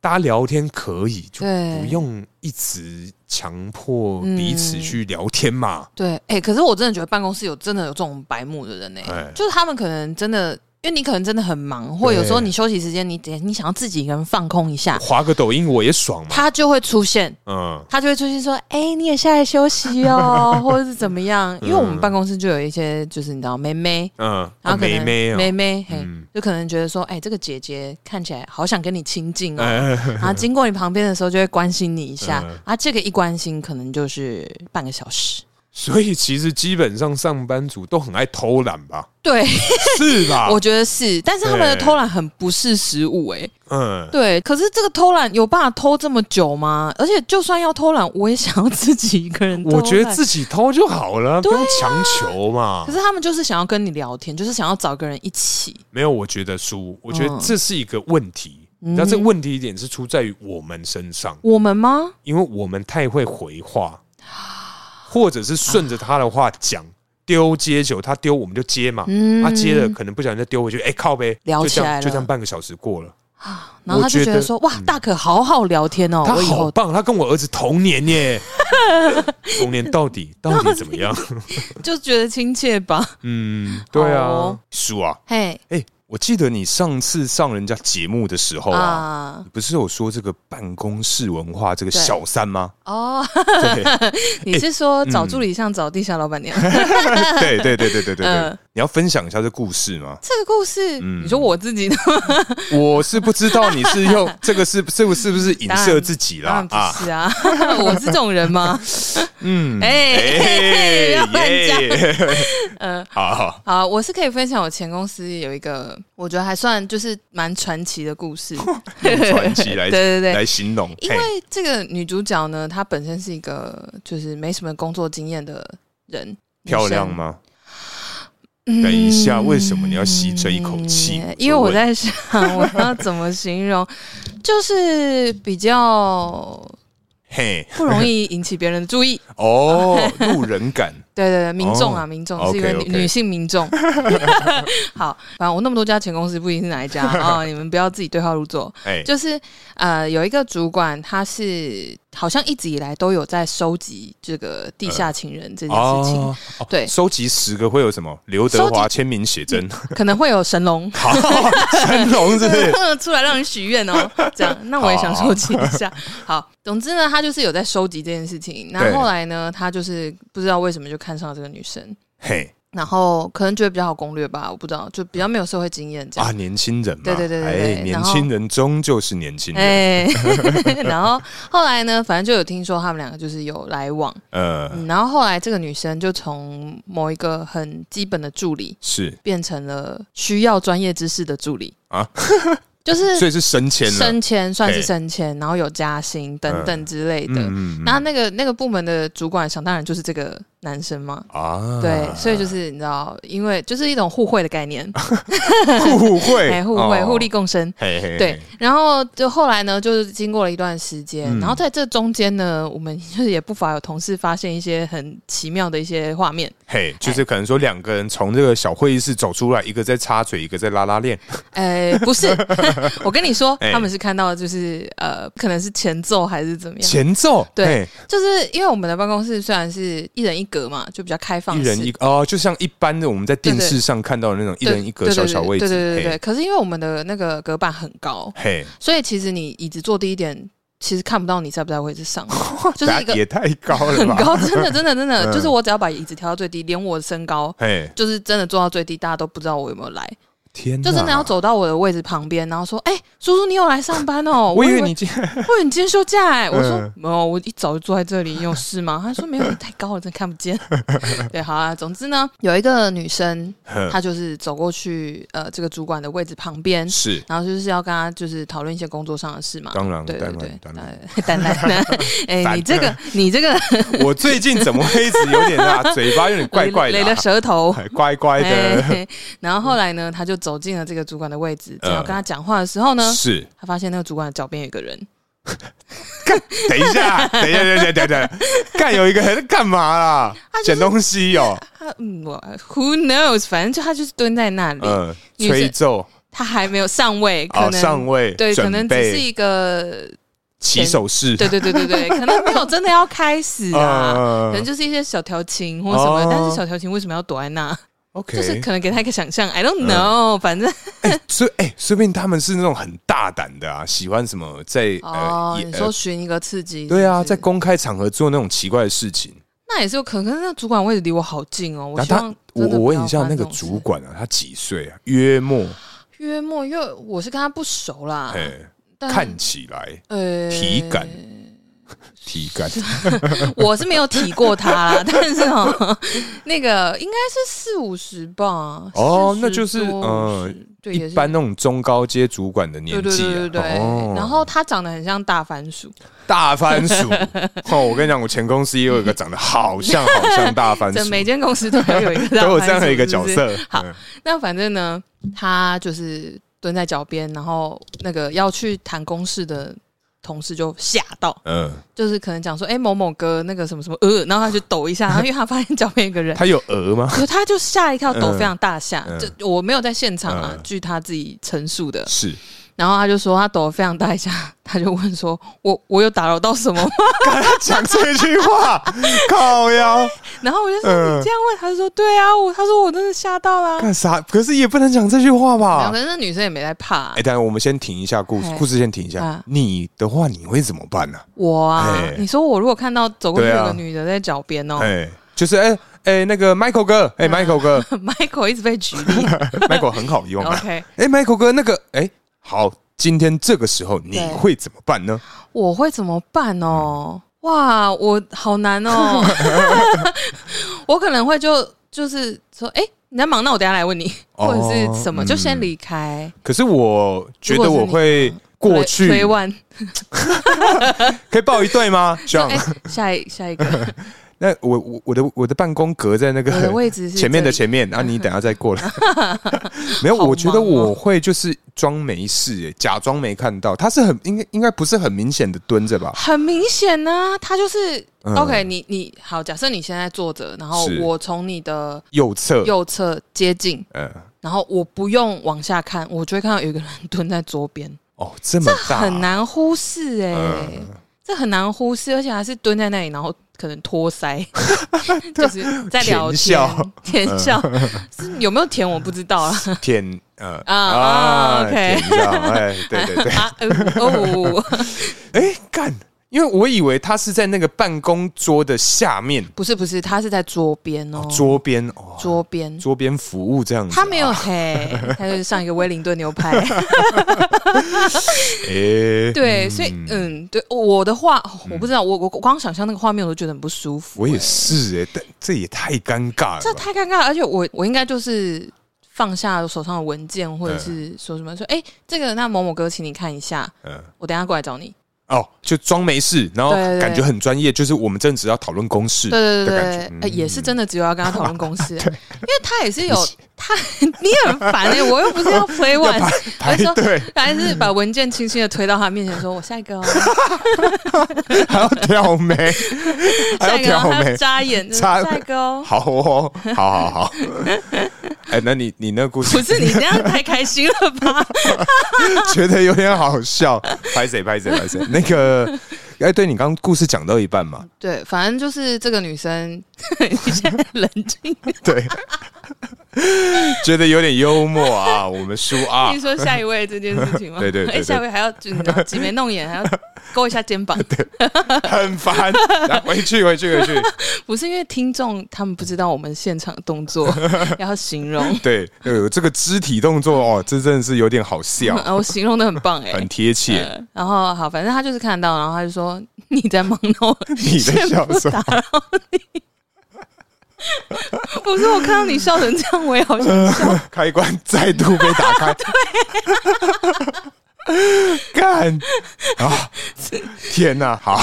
A: 大家聊天可以，就
B: 对
A: 不用一直强迫彼此
B: 嗯
A: 去聊天嘛。
B: 对，哎、可是我真的觉得办公室有真的有这种白目的人呢、
A: 哎
B: 就是他们可能真的，因为你可能真的很忙，或有时候你休息时间，你得你想要自己一个人放空一下，
A: 划个抖音我也爽嘛，
B: 他就会出现，
A: 嗯，
B: 他就会出现说：“哎、你也下来休息
A: [laughs]
B: 哦，或者是怎么样？”因为我们办公室就有一些，就是你知道妹妹，
A: 嗯，啊，
B: 然后可
A: 妹
B: 能
A: 妹
B: 妹
A: 啊，
B: 妹，嘿，
A: 嗯
B: 就可能觉得说：“哎、这个姐姐看起来好想跟你亲近哦。
A: 哎， [laughs]
B: 然后经过你旁边的时候，就会关心你一下。
A: 嗯
B: 啊，这个一关心，可能就是半个小时。
A: 所以其实基本上上班族都很爱偷懒
B: [laughs]
A: 吧，
B: 对，
A: 是吧？
B: 我觉得是，但是他们的
A: 对
B: 偷懒很不识时务、欸，
A: 嗯，
B: 对。可是这个偷懒有办法偷这么久吗？而且就算要偷懒，我也想要自己一个人偷懒。啊
A: 我觉得自己偷就好了，不用强求嘛
B: 可。是他们就是想要跟你聊天，就是想要找个人一起。
A: 没有，我觉得输，我觉得
B: 嗯
A: 这是一个问题。
B: 嗯
A: 你知道，这个问题点是出在于我们身上，
B: 我们吗？
A: 因为我们太会回话，或者是顺着他的话讲，丢接球，他丢我们就接嘛。
B: 嗯
A: 他接了，可能不小心就丢回去，哎，靠呗，
B: 聊
A: 就这
B: 起来
A: 样，
B: 了
A: 就这样半个小时过了。
B: 然后他就觉得说：“哇，大可好好聊天哦，
A: 嗯他
B: 我以
A: 好
B: 后
A: 棒，他跟我儿子同年
B: [laughs]
A: 耶，同年到底到底怎么样？
B: 就觉得亲切吧。
A: [laughs] 嗯，对
B: 好
A: 啊
B: 哦，
A: 输啊”，
B: 嘿
A: 哎，我记得你上次上人家节目的时候啊，
B: 啊
A: 你不是有说这个办公室文化这个
B: 对
A: 小三吗？ [laughs]
B: 哦，
A: 对
B: [laughs]
A: 嗯
B: 你是说找助理像找地下老板娘？ [laughs]
A: 对对对对对对对
B: 嗯
A: 对，你要分享一下这故事吗？
B: 这个故事，
A: 嗯
B: 你说我自己的
A: 我是不知道你是用这个是是不是不是影射自己
B: 当
A: 啦
B: 然不 [laughs]
A: 啊？
B: 是啊，我是这种人吗？
A: [laughs] 嗯，
B: [laughs] 哎
A: 哎
B: 嘿嘿 [laughs] 不要乱
A: 耶，
B: 呃，
A: 好好，
B: 好，我是可以分享我前公司有一个我觉得还算就是蛮传奇的
A: [laughs]
B: 故事，
A: 用传奇来
B: 对 [laughs] 对对。
A: 来形容，
B: 因为这个女主角呢，她本身是一个就是没什么工作经验的人，
A: 嘿漂亮
B: 女生？
A: 吗？
B: 嗯
A: 等一下为什么你要吸这一口气
B: 嗯因为我在想 [laughs] 我要怎么形容，就是比较
A: 嘿，
B: 不容易引起别人的注意。
A: 哦，路人
B: [laughs]
A: 感，
B: 对对对，民众啊，
A: 哦
B: 民众是因为女
A: OK，OK
B: 女性民众。 [laughs] 好，反正我那么多家前公司，不一定是哪一家啊、哦，你们不要自己对号入座。
A: 哎，
B: 就是呃，有一个主管，他是好像一直以来都有在收集这个地下情人这件事情，
A: 哦，哦
B: 对嗯
A: 收集十个会有什么？刘德华签名写真，
B: 可能会有神龙
A: 好，神龙是不
B: [laughs]
A: 是？
B: 出来让人许
A: [laughs]
B: 愿哦，这样，那我也想收集一下。 [laughs] 好，总之呢，他就是有在收集这件事情。那
A: 对
B: 后来呢，他就是不知道为什么就看上了这个女生。
A: 嘿
B: 然后可能觉得比较好攻略吧，我不知道，就比较没有社会经验这样。
A: 啊，年轻人嘛，
B: 对对对对对
A: 哎，
B: 然
A: 年
B: 后
A: 轻人终究是年轻人，
B: [laughs] 哎， [laughs] 然后后来呢，反正就有听说他们两个就是有来往，
A: 呃，
B: 嗯，然后后来这个女生就从某一个很基本的助理
A: 是，
B: 变成了需要专业知识的助理
A: 啊
B: 啊， [laughs] 就是
A: 所以是升迁了，
B: 升迁算是
A: 嘿
B: 升迁，然后有加薪等等之类的。
A: 嗯
B: 那那个那个部门的主管想当然就是这个男生嘛，
A: 啊，
B: 对，所以就是你知道，因为就是一种互惠的概念，
A: 互惠，
B: 哎，互惠
A: 哦
B: 互利，共生。
A: 嘿嘿，嘿
B: 对，，然后就后来呢，就是经过了一段时间，
A: 嗯
B: 然后在这中间呢，我们就是也不乏有同事发现一些很奇妙的一些画面，
A: 嘿，就是可能说两个人从这个小会议室走出来，一个在插嘴，一个在拉拉链，
B: 呃，
A: [laughs]
B: 不是，我跟你说，
A: 哎
B: 他们是看到就是呃，可能是前奏还是怎么样，
A: 前奏，
B: 对
A: 嘿，
B: 就是因为我们的办公室虽然是一人一格嘛，就比较开放
A: 一
B: 式，
A: 人一哦，就像一般的我们在电
B: 对
A: 视上看到的那种一
B: 对
A: 人一格小小位置，
B: 对对对对对
A: 嘿
B: 对。可是因为我们的那个隔板很高，
A: 嘿，
B: 所以其实你椅子坐低一点，其实看不到你在不在位
A: [laughs]
B: 置上，就是
A: 那
B: 一个
A: 也太高了
B: 很
A: 吧？
B: 高，真的真的真的，
A: [laughs] 嗯
B: 就是我只要把椅子调到最低，连我的身高。
A: 嘿，
B: 就是真的坐到最低，大家都不知道我有没有来，
A: 天哪，
B: 就真的要走到我的位置旁边，然后说：“哎、叔叔，你有来上班哦？”
A: 我以为
B: 为
A: 你今 [laughs] 天
B: 不然你今天休假哎、我说
A: 嗯，
B: 没有，我一早就坐在这里，你有事吗？他说没有，太高了，真看不见。 [laughs] 对，好啊。总之呢，有一个女生，她就是走过去，呃，这个主管的位置旁边
A: 是
B: 然后就是要跟她就是讨论一些工作上的事嘛。
A: 当然，
B: 对对
A: 当
B: 对
A: 然，，当然。
B: 呃
A: [laughs]
B: 当然呢， [laughs] 哎，
A: 烦
B: 你
A: [laughs]
B: 这个你这个
A: 我最近怎么会一直有点啊，嘴巴有点怪怪
B: [laughs] 勒
A: 的
B: 了
A: 啊，
B: 舌头。
A: 乖乖的，
B: 哎然后后来呢，她就走进了这个主管的位置，正要
A: 嗯
B: 跟她讲话的时候呢，
A: 是。
B: 她发现那个主管的脚边有一个人，
A: 等一下，等一下，等一下，等一下，干有一个人在干嘛啦？捡东西哦，
B: 她嗯，我 Who knows，反正就她就是蹲在那里，
A: 嗯，
B: 女生
A: 吹奏
B: 他还没有上位，可
A: 啊，
B: 能、
A: 上位，
B: 对，可
A: 准
B: 能只是
A: 备 [laughs]
B: 一个，
A: 起手式，
B: 对对对对对，可能没有真的要开始
A: [laughs]
B: 啊。可能
A: 嗯
B: 就是一些小调情或什么，
A: 哦
B: 但是小调情为什么要躲在那？
A: ，OK，呃
B: 就是可能给他一个想象，I don't know，、反正
A: 所以哎，说不定他们是那种很大胆的啊，喜欢什么在
B: 哦
A: 呃，，也
B: 你
A: 呃
B: 说寻一个刺激，
A: 对啊，
B: 是不是
A: 在公开场合做那种奇怪的事情。
B: 那也是有可能，可是那主管位置离我好近哦，我
A: 然后
B: 希望
A: 他，我
B: 真的
A: 我
B: 不
A: 问
B: 要
A: 一下，
B: 发
A: 那
B: 生
A: 个
B: 这种
A: 主
B: 事
A: 管啊，他几岁啊？约莫，
B: 约莫，因为我是跟他不熟啦，
A: 哎，
B: 但
A: 看起来
B: 呃
A: 体感体感
B: 我是没有提过他啦， [laughs] 但是哦，那个应该是四五十吧。
A: 哦
B: 40
A: 那就是
B: 多
A: 呃
B: 50对，
A: 一
B: 也是
A: 般那种中高阶主管的年
B: 对对
A: 纪
B: 对
A: 啊
B: 对对。
A: 哦
B: 然后他长得很像大番薯，
A: 大番
B: [laughs]
A: 薯哦，我跟你讲，我前公司也有一个长得好像好像大番
B: [laughs]
A: 薯
B: 这，每间公司都要有一个大番
A: [laughs]
B: 薯
A: 都有这样的一个角。
B: 是不是
A: 色。
B: 好
A: 嗯
B: 那反正呢，他就是蹲在脚边，然后那个要去谈公事的。同事就吓到，
A: 嗯，
B: 就是可能讲说，哎、某某哥那个什么什么，呃，然后他就抖一下，然后因为他发现 [laughs] 脚边有一个人，
A: 他有鹅吗？
B: [laughs] 可他就吓一跳，抖非常大吓。
A: 嗯
B: 就我没有在现场啊，
A: 嗯
B: 据他自己陈述的。
A: 是，
B: 然后他就说他抖得非常大一下， [laughs] 他就问说：“我我有打扰到什么吗 [laughs]
A: 他讲这句话，靠腰，？”
B: 然后我就说：“
A: 嗯
B: 你这样问？”他就说：“对啊，我他说我真的吓到啦。
A: 干啥？可是也不能讲这句话
B: 没有”
A: 吧
B: 可？是那女生也没在怕啊、
A: 哎，但我们先停一下故事
B: 哎，
A: 故事先停一下
B: 啊。
A: 你的话，你会怎么办呢？
B: 我啊
A: 哎，
B: 你说我如果看到走过去
A: 对
B: 有
A: 啊
B: 个女的在脚边哦，啊
A: 哎，就是哎哎，那个 Michael 哥，哎，Michael 哥
B: [laughs]
A: [laughs]
B: Michael 一直被举例。
A: ，Michael 很好用
B: [laughs]
A: 啊。
B: OK，
A: 哎，Michael 哥，那个，哎，好，今天这个时候你
B: 对
A: 会怎么办呢？
B: 我会怎么办哦？哇，我好难
A: [laughs]
B: 哦。我可能会就就是说，哎、你在忙，那我等一下来问你，
A: 哦
B: 或者是什么，就先
A: 嗯
B: 离开。
A: 可是我觉得
B: 如
A: 我
B: 果是你嗯
A: 会过去，
B: 推推腕，
A: 可以报一对
B: [laughs]
A: 吗？这样
B: 哎、，下一下一个，
A: 那我我我的我的办公格在那
B: 我的
A: 个
B: 位置是
A: [laughs] 前面的
B: 这里，
A: 前面，啊，你
B: [laughs]
A: 等下再过来。没有，
B: 好忙哦
A: 我觉得我会就是装没事、哎假装没看到。他是很应该应该不是很明显的蹲着吧？
B: 很明显呢、他就是、
A: 嗯
B: OK 你。你好，假设你现在坐着，然后
A: 是
B: 我从你的
A: 右侧，
B: 右侧接近，
A: 呃，
B: 然后我不用往下看，我就会看到有一个人蹲在桌边。
A: 哦，这么大，
B: 很难忽视哎、
A: 嗯
B: 这很难忽视，而且还是蹲在那里，然后可能托腮， [laughs] 就是在聊
A: 甜
B: 天
A: 笑，嗯
B: 甜笑，是有没有甜我不知道
A: [laughs]
B: 啦。
A: 舔呃
B: 啊啊，OK
A: 舔一下，哎，对对
B: [laughs]
A: 对，
B: 啊呃哦， [laughs]
A: 哎干，因为我以为他是在那个办公桌的下面
B: 不是不是，他是在桌边哦，
A: 桌边哦，
B: 桌边，
A: 桌边服务这样子，啊
B: 他没有嘿，他就是上一个威灵顿
A: [laughs]
B: 牛排。
A: 哎，
B: 对，所以嗯，对我的话，
A: 嗯
B: 我不知道，我我光想象那个画面我都觉得很不舒服。
A: 我也是哎，但这也太尴尬
B: 这
A: 了吧，
B: 太尴尬了，而且我我应该就是放下手上的文件，或者是说什么说，哎、这个那某某哥，请你看一下，
A: 嗯。
B: 我等一下过来找你。
A: 哦，就装没事，然后
B: 对对对
A: 感觉很专业，就是我们正只要讨论公式
B: 对， [laughs] 对
A: 的
B: 对对
A: 感，觉
B: 对嗯
A: 嗯
B: 呃也是真的只有要跟他讨论公 [laughs] 司，因为他也是有他，你很烦 [laughs] 哎、我又不是要 play
A: 要
B: one，
A: 排排
B: 我就说 [laughs]
A: 队，
B: 还是把文件轻轻的推到他面前，说我下一 [laughs] 个、哦，
A: 还要挑
B: [laughs]
A: 眉，还
B: 下
A: 要
B: 一个、哦，
A: 挑
B: 他
A: 眉，
B: 眨眼，
A: 眨
B: 下一个 [laughs] 哦。
A: 好哦，好好
B: [laughs]
A: 好。哎，那你你那个故事
B: 不是你这样太开心了吧？
A: 觉得有点好笑，拍谁拍谁拍谁。那个，哎，对你刚刚故事讲到一半嘛，
B: [laughs] 对，反正就是这个女生， [laughs] 你现在冷静
A: [laughs] 对，觉得有点幽默啊，我们输
B: [laughs]
A: 啊
B: 听，说下一位这件事情吗？
A: [laughs] 对对对对
B: 哎下一位还要就你知道挤眉弄眼，还要勾一下
A: [laughs]
B: 肩膀，
A: 很烦。来回去回去回去，
B: 不是因为听众他们不知道我们现场动
A: [laughs]
B: 作要形容，
A: 对，有这个肢体动作哦，这真的是有点好
B: [laughs]
A: 笑，
B: 啊，我形容的很棒哎、
A: 很贴切。
B: [laughs] 呃然后好，反正他就是看到，然后他就说你在忙弄，
A: 你在笑什么？
B: [laughs] 不是我看到你笑成这样，我也好想笑。
A: [laughs] 开关再度被打开。 [laughs] 干啊！天哪、好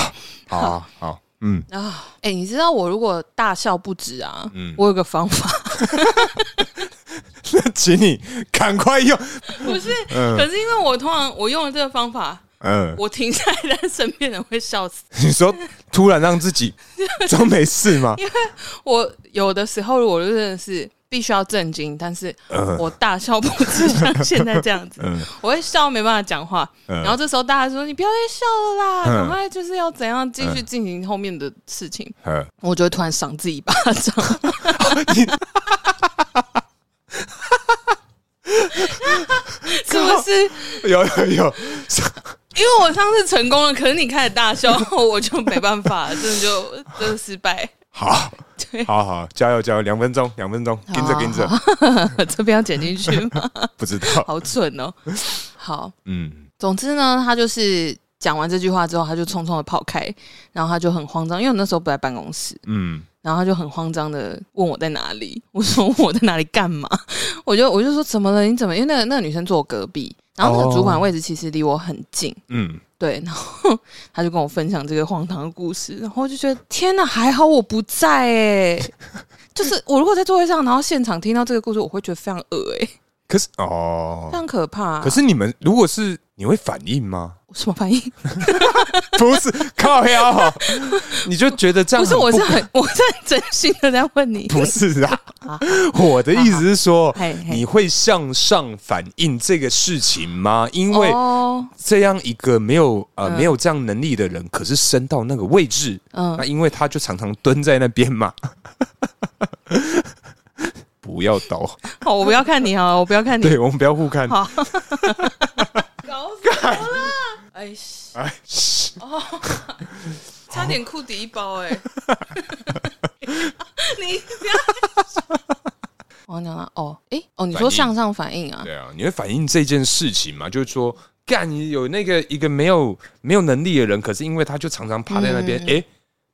A: 好好，嗯， [laughs]
B: 哎、你知道我如果大笑不止啊，
A: 嗯
B: 我有个方法，
A: 那请你赶快用，
B: [laughs] 不是，
A: 嗯
B: 可是因为我通常我用了这个方法，
A: 嗯，
B: 我停下来，但 [laughs] 身边人会笑死。
A: 你说突然让自己装没事吗？
B: 我有的时候我就真的是必须要震惊，但是
A: 嗯
B: 我大笑不止，像现在这
A: [laughs]
B: 样子，
A: 嗯
B: 我会笑没办法讲话。
A: 嗯
B: 然后这时候大家说：“你不要再笑了啦，
A: 嗯
B: 赶快就是要怎样继续进行后面的事情。
A: 嗯，
B: 我就会突然赏自己一巴掌，是不是？
A: [laughs] 有有有，
B: 因为我上次成功了，可是你开始大笑， [laughs] 我就没办法，真的就真的失败。 [laughs]
A: 好
B: 对。
A: 好好，加油加油，两分钟两分
B: 哦
A: 钟，跟着跟着，
B: 这边要剪进去吗？
A: 不知道，
B: 好蠢哦。好，
A: 嗯，
B: 总之呢，他就是讲完这句话之后，他就匆匆的跑开，然后他就很慌张，因为我那时候不在办公室，
A: 嗯，
B: 然后他就很慌张的问我在哪里，我说我在哪里干嘛？ [laughs] 我就我就说怎么了？你怎么？因为那个那个女生坐我隔壁，然后那个主管位置其实离我很近。
A: 嗯，
B: 对，然后他就跟我分享这个荒唐的故事，然后我就觉得天哪，还好我不在哎、就是我如果在座位上，然后现场听到这个故事，我会觉得非常恶哎、
A: 可是
B: 非
A: 哦，
B: 常可怕、啊
A: 可是你们如果是你会反应吗？ [laughs]
B: 什么反应？
A: 不是靠腰哦，你就觉得这样
B: 不是，
A: 很
B: 我是很我是很真心的在问你。
A: 不是啊
B: 啊，
A: 我的意思是说
B: 嘿嘿，
A: 你会向上反映这个事情吗？因为
B: 哦，
A: 这样一个没有呃
B: 嗯
A: 没有这样能力的人，可是升到那个位置，
B: 嗯
A: 那，因为他就常常蹲在那边嘛。 [laughs] 不要抖，
B: 好，我不要看你好哦了，我不要看你。
A: 对我们不要互看。
B: 好，搞死我了！哎，嘘哦
A: 哎，
B: [laughs] 差点裤底一包哎、你 [laughs] 你不要。我讲了 [laughs] 哦，诶、哦，你
A: 反
B: 说
A: 应
B: 向上反应啊？
A: 对啊，你会反映这件事情嘛？就是说，干你有那个一个没有没有能力的人，可是因为他就常常趴在那边，哎、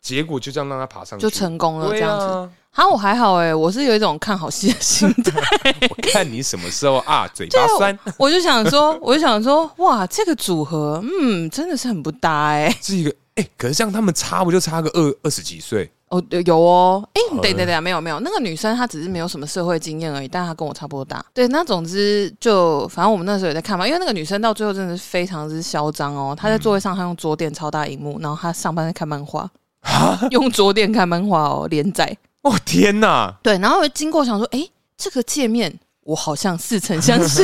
A: 结果就这样让他爬上去，
B: 嗯就成功了这样子。
A: 对啊
B: 哈，我还好哎、我是有一种看好戏的心 [laughs] 态，
A: 我看你什么时候啊，嘴
B: 对
A: 巴
B: 啊 [laughs]
A: 酸，
B: 我就想说，我就想说，哇，这个组合，嗯，真的是很不搭哎、
A: 是一个哎、可是这样他们差不就差个二二十几岁？
B: 哦，有哦，哎、
A: 好的
B: 对对对，没有没有，那个女生她只是没有什么社会经验而已，但她跟我差不多大。对，那总之就反正我们那时候也在看嘛，因为那个女生到最后真的是非常之嚣张哦，她在座位上她用桌垫超大荧幕，然后她上班在看漫画， [laughs] 用桌垫看漫画哦，连载。
A: 哦天哪，
B: [laughs] 对，然后我经过想说，哎、这个界面我好像似曾
A: [laughs]
B: 相识。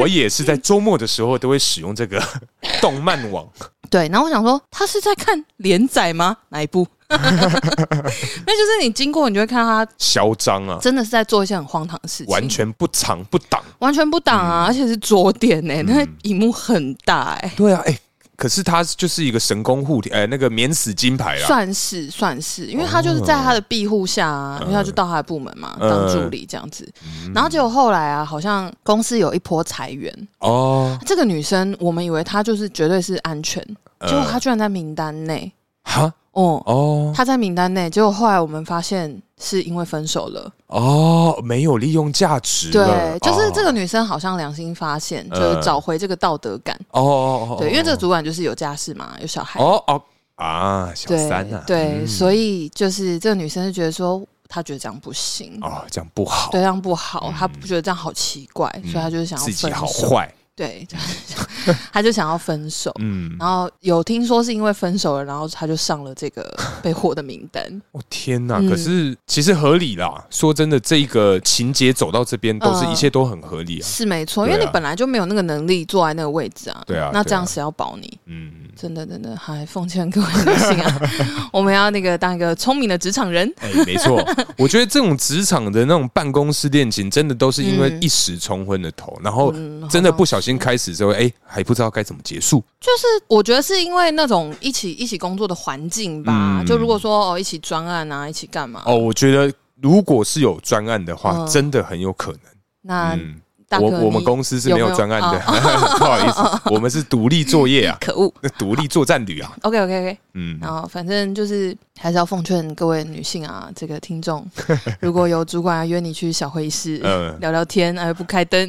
A: 我也是在周末的时候都会使用这个 [laughs] 动漫网，
B: 对，然后我想说，他是在看连载吗？哪一部？ [laughs] 那就是你经过，你就会看到他
A: 嚣张啊，
B: 真的是在做一些很荒唐的事情，
A: 完全不藏不挡。
B: 完全不挡
A: 嗯
B: 啊，而且是桌点呢、那荧幕很大哎、
A: 对啊，哎、可是他就是一个神功护体，哎、那个免死金牌啦。
B: 算是算是，因为他就是在他的庇护下啊，因为他就到他的部门嘛，
A: 哦嗯
B: 当助理这样子。然后结果后来啊，好像公司有一波裁员，
A: 哦，
B: 这个女生我们以为她就是绝对是安全，结果
A: 呃
B: 她居然在名单内
A: 哈，
B: 哦。
A: 哦，
B: 她在名单内，结果后来我们发现是因为分手了，
A: 哦，没有利用价值了。
B: 对，就是这
A: 哦
B: 个女生好像良心发现，就
A: 呃
B: 是找回这个道德感。
A: 哦哦哦，哦
B: 对，因为这个主管就是有家室嘛，有小孩。
A: 哦哦啊，小
B: 对
A: 三啊，
B: 对，
A: 嗯
B: 所以就是这个女生就觉得说，她觉得这样不行，
A: 哦，这样不好，
B: 对，这样不好，她不觉得这样好奇怪，所以她就是想要
A: 嗯自己好
B: 分手。
A: 坏，
B: 对， [laughs] 就是她就想要分手。
A: 嗯，
B: 然后有听说是因为分手了，然后她就上了这个被获的名
A: [laughs]
B: 单。
A: 我、哦天哪！
B: 嗯
A: 可是其实合理啦，说真的，这一个情节走到这边，都是
B: 嗯
A: 一切都很合理啊。
B: 是没错，
A: 对
B: 因
A: 啊
B: 为你本来就没有那个能力坐在那个位置啊。
A: 对啊
B: 那
A: 对
B: 这样
A: 啊
B: 谁要保你？
A: 嗯，
B: 真的真的，还奉劝各位女性啊， [laughs] 我们要那个当一个聪明的职场人。
A: 哎、没错，我觉得这种职场的那种办公室恋情，真的都是因为
B: 嗯
A: 一时冲昏了头，然后
B: 嗯
A: 哦真的不
B: 好
A: 小心开始之后，哎、还不知道该怎么结束。
B: 就是我觉得是因为那种一起一起工作的环境吧。
A: 嗯
B: 就如果说哦，一起专案啊，一起干嘛？
A: 哦，我觉得如果是有专案的话，
B: 嗯
A: 真的很有可能。
B: 那
A: 嗯，
B: 大哥
A: 我
B: 你，
A: 我们公司是没有专案的，
B: 有
A: [laughs]
B: 哦
A: 不好意
B: [laughs]
A: 思，我们是独立作业啊，
B: 可
A: [laughs]
B: 恶。
A: 那独立作战旅啊，
B: OK OK OK，
A: 嗯，
B: 然后反正就是还是要奉劝各位女性啊，这个听
A: [laughs]
B: 众，如果有主管啊要约你去小会议室
A: 嗯
B: 聊聊天，而不开
A: [laughs]
B: 灯，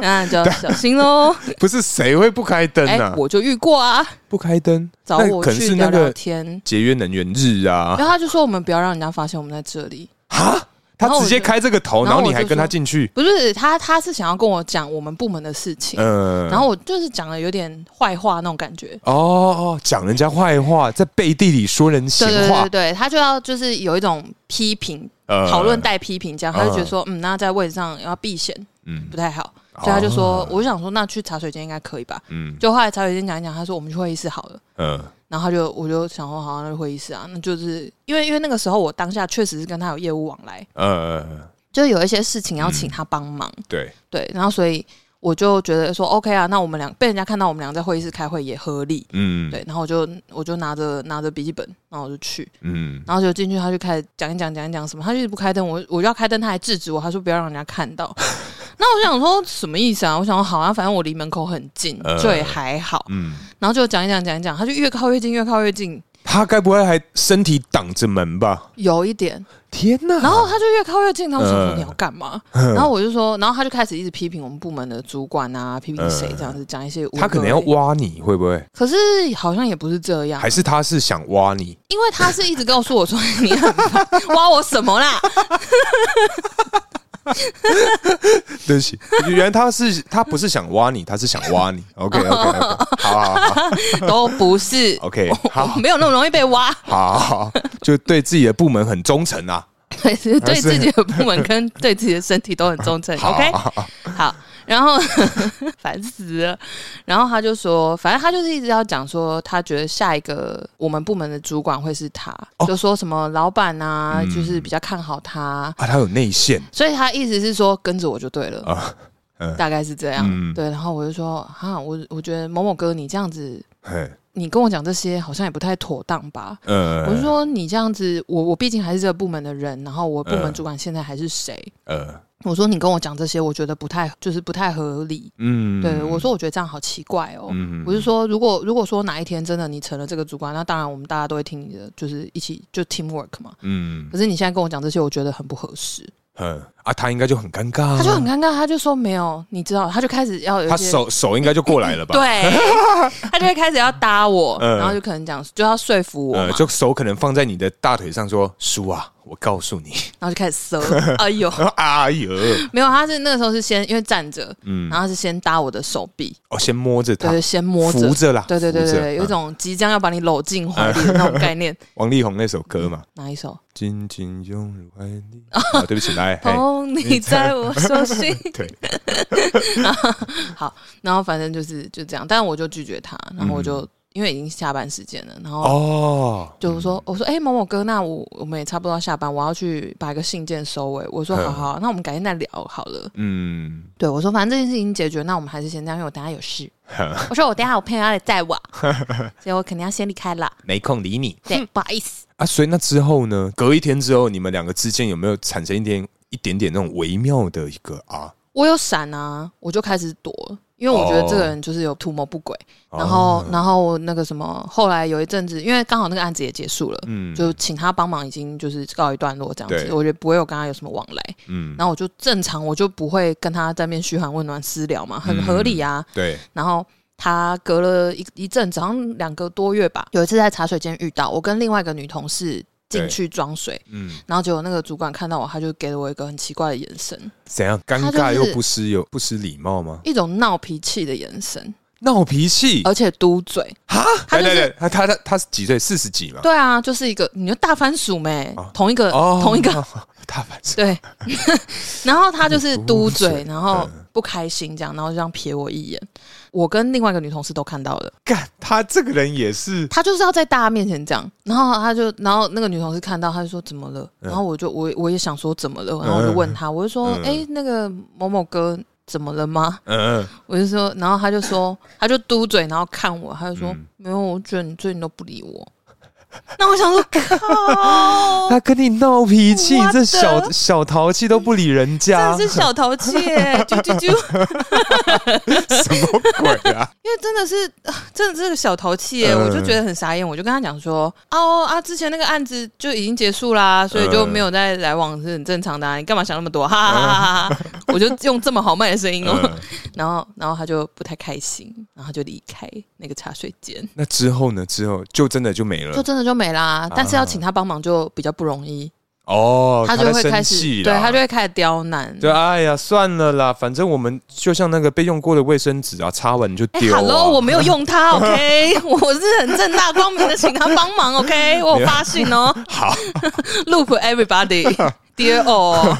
B: 那就要小心喽。
A: 不是谁会不开灯
B: 哎
A: 啊？，
B: 我就遇过啊，
A: 不开灯，
B: 找
A: 那
B: 我
A: 可能
B: 去
A: 是
B: 聊
A: 那
B: 聊
A: 个
B: 天。
A: 节约能源日啊
B: 然，后他就说我们不要让人家发现我们在这里。
A: 哈，
B: 然
A: 他
B: 后我
A: 直接
B: 就
A: 开这个头，
B: 然
A: 然
B: 后
A: 后
B: 我
A: 你还
B: 就
A: 跟他
B: 说
A: 进去，
B: 不是他，他是想要跟我讲我们部门的事情，
A: 嗯，
B: 然后我就是讲的有点坏话那种感觉。
A: 哦哦，讲人家坏话，在背地里说人闲
B: 对对对
A: 话
B: 对，对，他就要就是有一种批评，
A: 呃
B: 讨论，带批评这样，他就觉得
A: 嗯
B: 说，嗯，那在位置上要避嫌
A: 嗯
B: 不太好，所以他就
A: 哦
B: 说，我就想说，那去茶水间应该可以吧？
A: 嗯
B: 就后来茶水间讲一讲，他说我们去会议室好了。
A: 嗯
B: 然后他就，我就想说，好，那就会议室啊，那就是因为因为那个时候我当下确实是跟他有业务往来，
A: 呃，
B: 就是有一些事情要
A: 嗯
B: 请他帮忙，
A: 对，
B: 对，然后所以我就觉得说 OK 啊，那我们俩被人家看到我们俩在会议室开会也合理，
A: 嗯
B: 对，然后我就我就拿着拿着笔记本，然后我就去，
A: 嗯
B: 然后就进去，他就开始讲一讲讲一讲什么，他就一直不开灯，我我就要开灯，他还制止我，他说不要让人家看到， [laughs] 那我就想说什么意思啊？我想说好啊，反正我离门口很近
A: 呃，
B: 就也还好，
A: 嗯，
B: 然后就讲一讲讲一讲，他就越靠越近，越靠越近，
A: 他该不会还身体挡着门吧？
B: 有一点，
A: 天哪！
B: 然后他就越靠越近，他我想说
A: 嗯
B: 你要干嘛？然后我就说，然后他就开始一直批评我们部门的主管啊，批评谁这样子，讲一些无
A: 呃他可能
B: 谓
A: 要挖你，会不会？
B: 可是好像也不是这样
A: 还，是他是想挖你？
B: 因为他是一直告诉我说 [laughs] 你
A: [laughs]
B: 很烦，挖我什么啦？
A: 对不起，原来他是他不是想挖你，他是想挖你。OK OK OK，好好好好 [laughs]
B: 都不是，
A: ，OK，好
B: 我没有那么容易被
A: [laughs]
B: 挖，
A: 好好，就对自己的部门很忠诚啊。
B: 对对自己的部门跟对自己的身体都很忠
A: [laughs]
B: 诚。
A: 好
B: OK，好，然后 [laughs] 烦死了。然后他就说，反正他就是一直要讲说，他觉得下一个我们部门的主管会是他，就说什么老板
A: 哦
B: 啊，
A: 嗯
B: 就是比较看好他，
A: 啊，他有内线
B: 所以他意思是说跟着我就对了。
A: 啊，嗯
B: 大概是这样，
A: 嗯
B: 对。然后我就说，哈，我我觉得某某哥，你这样子
A: 嘿，
B: 你跟我讲这些好像也不太妥当吧？
A: 呃，
B: 我就说你这样子，我我毕竟还是这个部门的人，然后我部
A: 嗯
B: 门主管现在还是谁？
A: 呃，
B: 我说你跟我讲这些，我觉得不太就是不太合理。
A: 嗯，
B: 对我说，我觉得这样好奇怪哦。
A: 嗯，
B: 我是说，如果如果说哪一天真的你成了这个主管，那当然我们大家都会听你的，就是一起就 team work 嘛。
A: 嗯，
B: 可是你现在跟我讲这些，我觉得很不合适。
A: 嗯啊，他应该就很尴尬啊，
B: 他就很尴尬，他就说没有，你知道，他就开始要有一
A: 他
B: 些
A: 手手应该就过来了吧？，
B: 对， [laughs] 他就会开始要搭我，
A: 嗯
B: 然后就可能讲就要说服我嘛，
A: 呃，就手可能放在你的大腿上说：“叔啊，我告诉你， [laughs]
B: 然后就开始搜。哎呦，
A: 哎呦，
B: 没有，他是那个时候是先因为站着，
A: 嗯
B: 然，后他是先搭我的手臂，
A: 哦，先摸着
B: 对，
A: 他
B: 就，先摸着
A: 扶。着啦，
B: 对对对
A: 扶
B: 对
A: 着
B: 对，有
A: 嗯
B: 一种即将要把你搂进怀里的那种概
A: [laughs]
B: 念。
A: 王力宏那首歌嘛，
B: 哪一首？
A: 紧紧拥入怀里。啊，对不起，来，嘿
B: 哦，你在我手心。
A: 对，
B: [laughs] 然后反正就是就这样，但我就拒绝他，然后我就、因为已经下班时间了，然后
A: 嗯哦，
B: 就是说，我说，哎、某某哥，那我我们也差不多要下班，我要去把一个信件收尾。我说，
A: 嗯
B: 好好，那我们改天再聊好了。
A: 嗯，
B: 对我说，反正这件事情解决，那我们还是先这样，因为我等下有事。
A: 呵
B: 我说，我等下我朋友要来载我，
A: [laughs]
B: 所以我肯定要先离开了。
A: 没空理你
B: 对，不好意思，
A: 嗯啊。所以那之后呢？隔一天之后，你们两个之间有没有产生一点一点点那种微妙的一个啊？
B: 我有闪啊，我就开始躲了，因为我觉得这个人就是有图谋不轨。然后，
A: 哦
B: 然后我那个什么，后来有一阵子，因为刚好那个案子也结束了。
A: 嗯
B: 就请他帮忙，已经就是告一段落这样
A: 对
B: 子，我觉得不会有跟他有什么往来。
A: 嗯，
B: 然后我就正常，我就不会跟他在面嘘寒问暖、私聊嘛，
A: 嗯
B: 很合理啊。
A: 对，
B: 然后他隔了一一阵子，好像两个多月吧，有一次在茶水间遇到，我跟另外一个女同事进去装水，
A: 嗯，
B: 然后结果那个主管看到我，他就给了我一个很奇怪的眼神，
A: 怎样？尴
B: 他就
A: 尬又
B: 是呃
A: 不失有不失礼貌吗？
B: 一种闹脾气的眼神，
A: 闹脾气哎
B: 而且嘟嘴。
A: 哈？
B: 呃他
A: 来
B: 就是
A: 来来，他他他他是几岁？四十几嘛？
B: 对啊，就是一个你就大番薯没、
A: 哦
B: 同一个、
A: 哦，
B: 同一个。
A: [laughs]
B: [laughs]
A: 大反正
B: 对， [laughs] 然后他就是嘟
A: 嘟
B: 嘴
A: 嘴，
B: 然后
A: 嗯
B: 不开心这样，然后就这样瞥我一眼。我跟另外一个女同事都看到了，
A: 干，他这个人也是
B: 他就是要在大家面前讲，然后他就，然后那个女同事看到，他就说怎么了？
A: 嗯
B: 然后我就我我也想说怎么了，然后我就问他，我就说，
A: 嗯
B: 哎、那个某某哥怎么了吗？
A: 嗯，嗯
B: 我就说，然后他
A: [laughs]
B: 就说，他就嘟嘴，然后看我，他就说、
A: 嗯
B: 没有，我觉得你最近都不理我。 [laughs] 那我
A: [laughs]
B: 想说，靠，
A: 他跟你闹脾气
B: 我，的
A: 这小小淘气都不理人家
B: 真， [laughs] 的是小淘气
A: [laughs]
B: 耶，啾啾啾。
A: 什么鬼
B: [laughs]
A: 啊？
B: 因为真的是，啊真的是个小淘气耶，
A: 嗯
B: 我就觉得很傻眼，我就跟他讲说，哦啊，之前那个案子就已经结束啦，所以就没有再来往是很正常的、啊，你干嘛想那么多？哈哈哈哈哈哈！我就用这么豪迈的声音哦，
A: 嗯
B: 然后然后他就不太开心，然后他就离开那个茶水间，
A: 那之后呢？之后就真的就没
B: 就
A: 了
B: 真的就没啦。但是要请他帮忙就比较不容易，
A: 啊哦，
B: 他就
A: 在
B: 会
A: 生
B: 开
A: 气
B: 始，
A: 啦
B: 对他就会开始刁难。
A: 就哎呀，算了啦，反正我们就像那个被用过的卫生纸啊，擦完你就
B: 哎
A: 丢、啊。
B: ，Hello，我没有用它 [laughs] ，OK，我是很正大光明的，请他帮忙，OK，我有发信哦。
A: [laughs]
B: [laughs]
A: 好
B: Loop everybody，Dear all，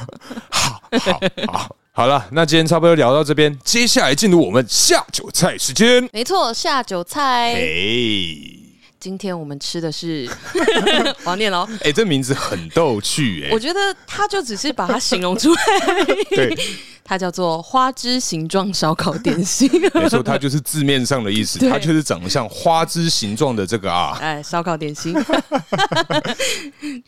A: 好好好，好了，那今天差不多聊到这边，接下来进入我们下酒菜时间。
B: [laughs] 没错，下酒菜。
A: 哎、
B: 今天我们吃的
A: [laughs]
B: 是我要念喽。
A: 哎、这名字很逗趣哎、
B: 我觉得它就只是把它形容出来， [laughs]
A: 对，
B: 它叫做花枝形状烧烤点
A: [laughs]
B: 心。
A: 没错，它就是字面上的意思，
B: 对
A: 它就是长得像花枝形状的这个啊，
B: 哎，烧烤点心，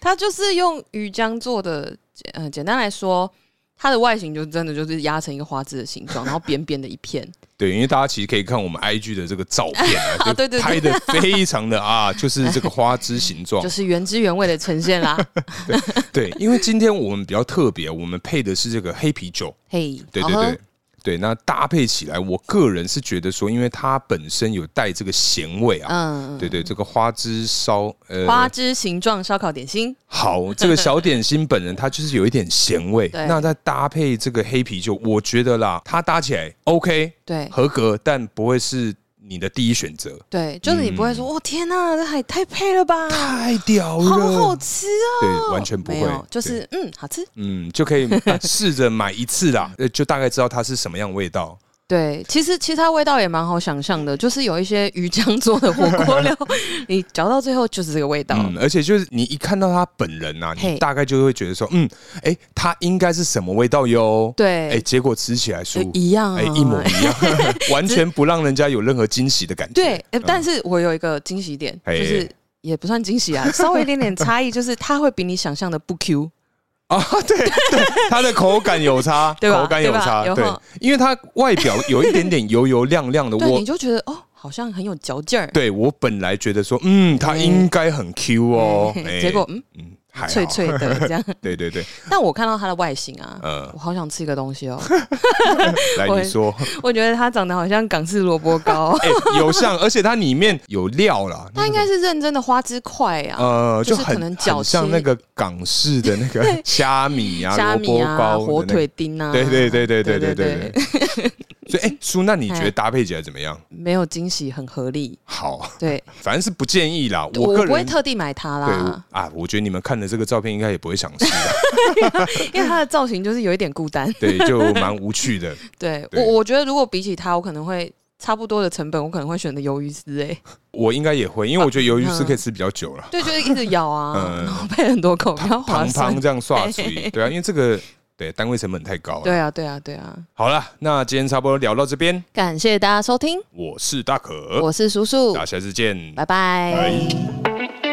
B: 它就是用鱼浆做的。呃，简单来说，它的外形就真的就是压成一个花枝的形状，然后扁扁的一片。
A: 对，因为大家其实可以看我们 IG 的这个照片啊，
B: [laughs]
A: 就
B: 对对对
A: 拍的非常的啊， [laughs] 就是这个花枝形状
B: [laughs] 就，是原汁原味的呈
A: [laughs]
B: 现啦。
A: 对，因为今天我们比较特别，我们配的是这个黑啤酒，
B: 嘿、
A: 对
B: 好
A: 对
B: 喝
A: 对对，那搭配起来，我个人是觉得说，因为它本身有带这个咸味啊，
B: 嗯，
A: 对对，这个花枝烧呃，
B: 花枝形状烧烤点心，
A: 好，这个小点心本人它就是有一点咸味，
B: 对
A: 那再搭配这个黑啤酒，我觉得啦，它搭起来 OK
B: 对
A: 合格，但不会是你的第一选择，
B: 对，就是你不会说，哦天哪、这也太配了吧，
A: 太屌了，
B: 嗯好好吃哦，
A: 对，完全不
B: 没
A: 会
B: 有，，就
A: 对
B: 是嗯，好吃，
A: 嗯，就可以啊试着买一次啦，呃，就大概知道它是什么样的味道。
B: 对，其实其实它味道也蛮好想象的，就是有一些鱼浆做的火
A: [laughs]
B: 锅料，你嚼到最后就是这个味道。
A: 嗯，而且就是你一看到他本人呐、
B: 嘿
A: 你大概就会觉得说，嗯，哎、他应该是什么味道哟？
B: 对，
A: 哎、结果吃起来
B: 就
A: 酥，
B: 一样、啊，
A: 哎、一模一
B: [laughs]
A: 样，完全不让人家有任何惊喜的感觉。
B: 对，呃但是我有一个惊喜点，就
A: 嗯嘿
B: 是也不算惊
A: [laughs]
B: 喜啊，稍微一点点差异，就是它会比你想象的不 Q。
A: 啊，对
B: [laughs]
A: 对，它的口感有差，
B: 对吧
A: 口感有差，
B: 对吧有
A: 对
B: 哈，
A: 因为它外表有一点点油油亮亮的，
B: 对，
A: 我
B: 你就觉得哦，好像很有嚼劲儿。
A: 对我本来觉得说，嗯，它应该很 Q 哦，
B: 嘿嘿
A: 哎
B: 结果嗯，
A: 嗯，还好
B: 脆，脆
A: [laughs]
B: 的这样。
A: 对对对，
B: 但我看到它的外形啊，
A: 呃，
B: 我好想吃一个东西哦， [laughs]
A: 来
B: 我
A: 你说，，
B: 我觉得它长得好像港式萝卜糕
A: [laughs]
B: [laughs]
A: 哎，有像，而且它里面有料啦，
B: 它应该是认真的花枝块啊。
A: 呃，
B: 就是
A: 很
B: 可能
A: 很
B: 脚
A: 像
B: 切
A: 那个港式的那个虾米啊、
B: 虾
A: 萝卜
B: 米啊，
A: 糕、
B: 火腿，丁啊，
A: 对对对对对对
B: 对
A: 对对。
B: [laughs]
A: 所以，哎，叔，那你觉得
B: 哎
A: 搭配起来怎么样？
B: 没有惊喜，很合理。
A: 好，
B: 对，
A: 反正是不建议啦。
B: 我
A: 个
B: 不会
A: 人
B: 特地买它
A: 对
B: 啦，
A: 啊，我觉得你们看了这个照片应该也不会想吃的，
B: 因为它的造型就是有一点孤单。
A: 对，就蛮无趣的。
B: 对
A: 对
B: 我，我觉得如果比起它，我可能会差不多的成本，我可能会选择鱿鱼丝。哎，
A: 我应该也会，因为我觉得鱿鱼丝
B: 嗯
A: 可以吃比较久
B: [laughs]
A: 了，
B: 对，就是一直咬啊，
A: 嗯
B: [laughs] 然后配很多口，比较划
A: 胖
B: 算
A: 胖。这样刷出
B: [laughs]
A: 去，对啊，因为这个对单位成本太高了。
B: 对啊，对啊，对啊！
A: 好了，那今天差不多聊到这边，
B: 感谢大家收听，
A: 呃我是大可，
B: 我是叔叔
A: 大家，下次见，
B: 拜拜。
A: 拜。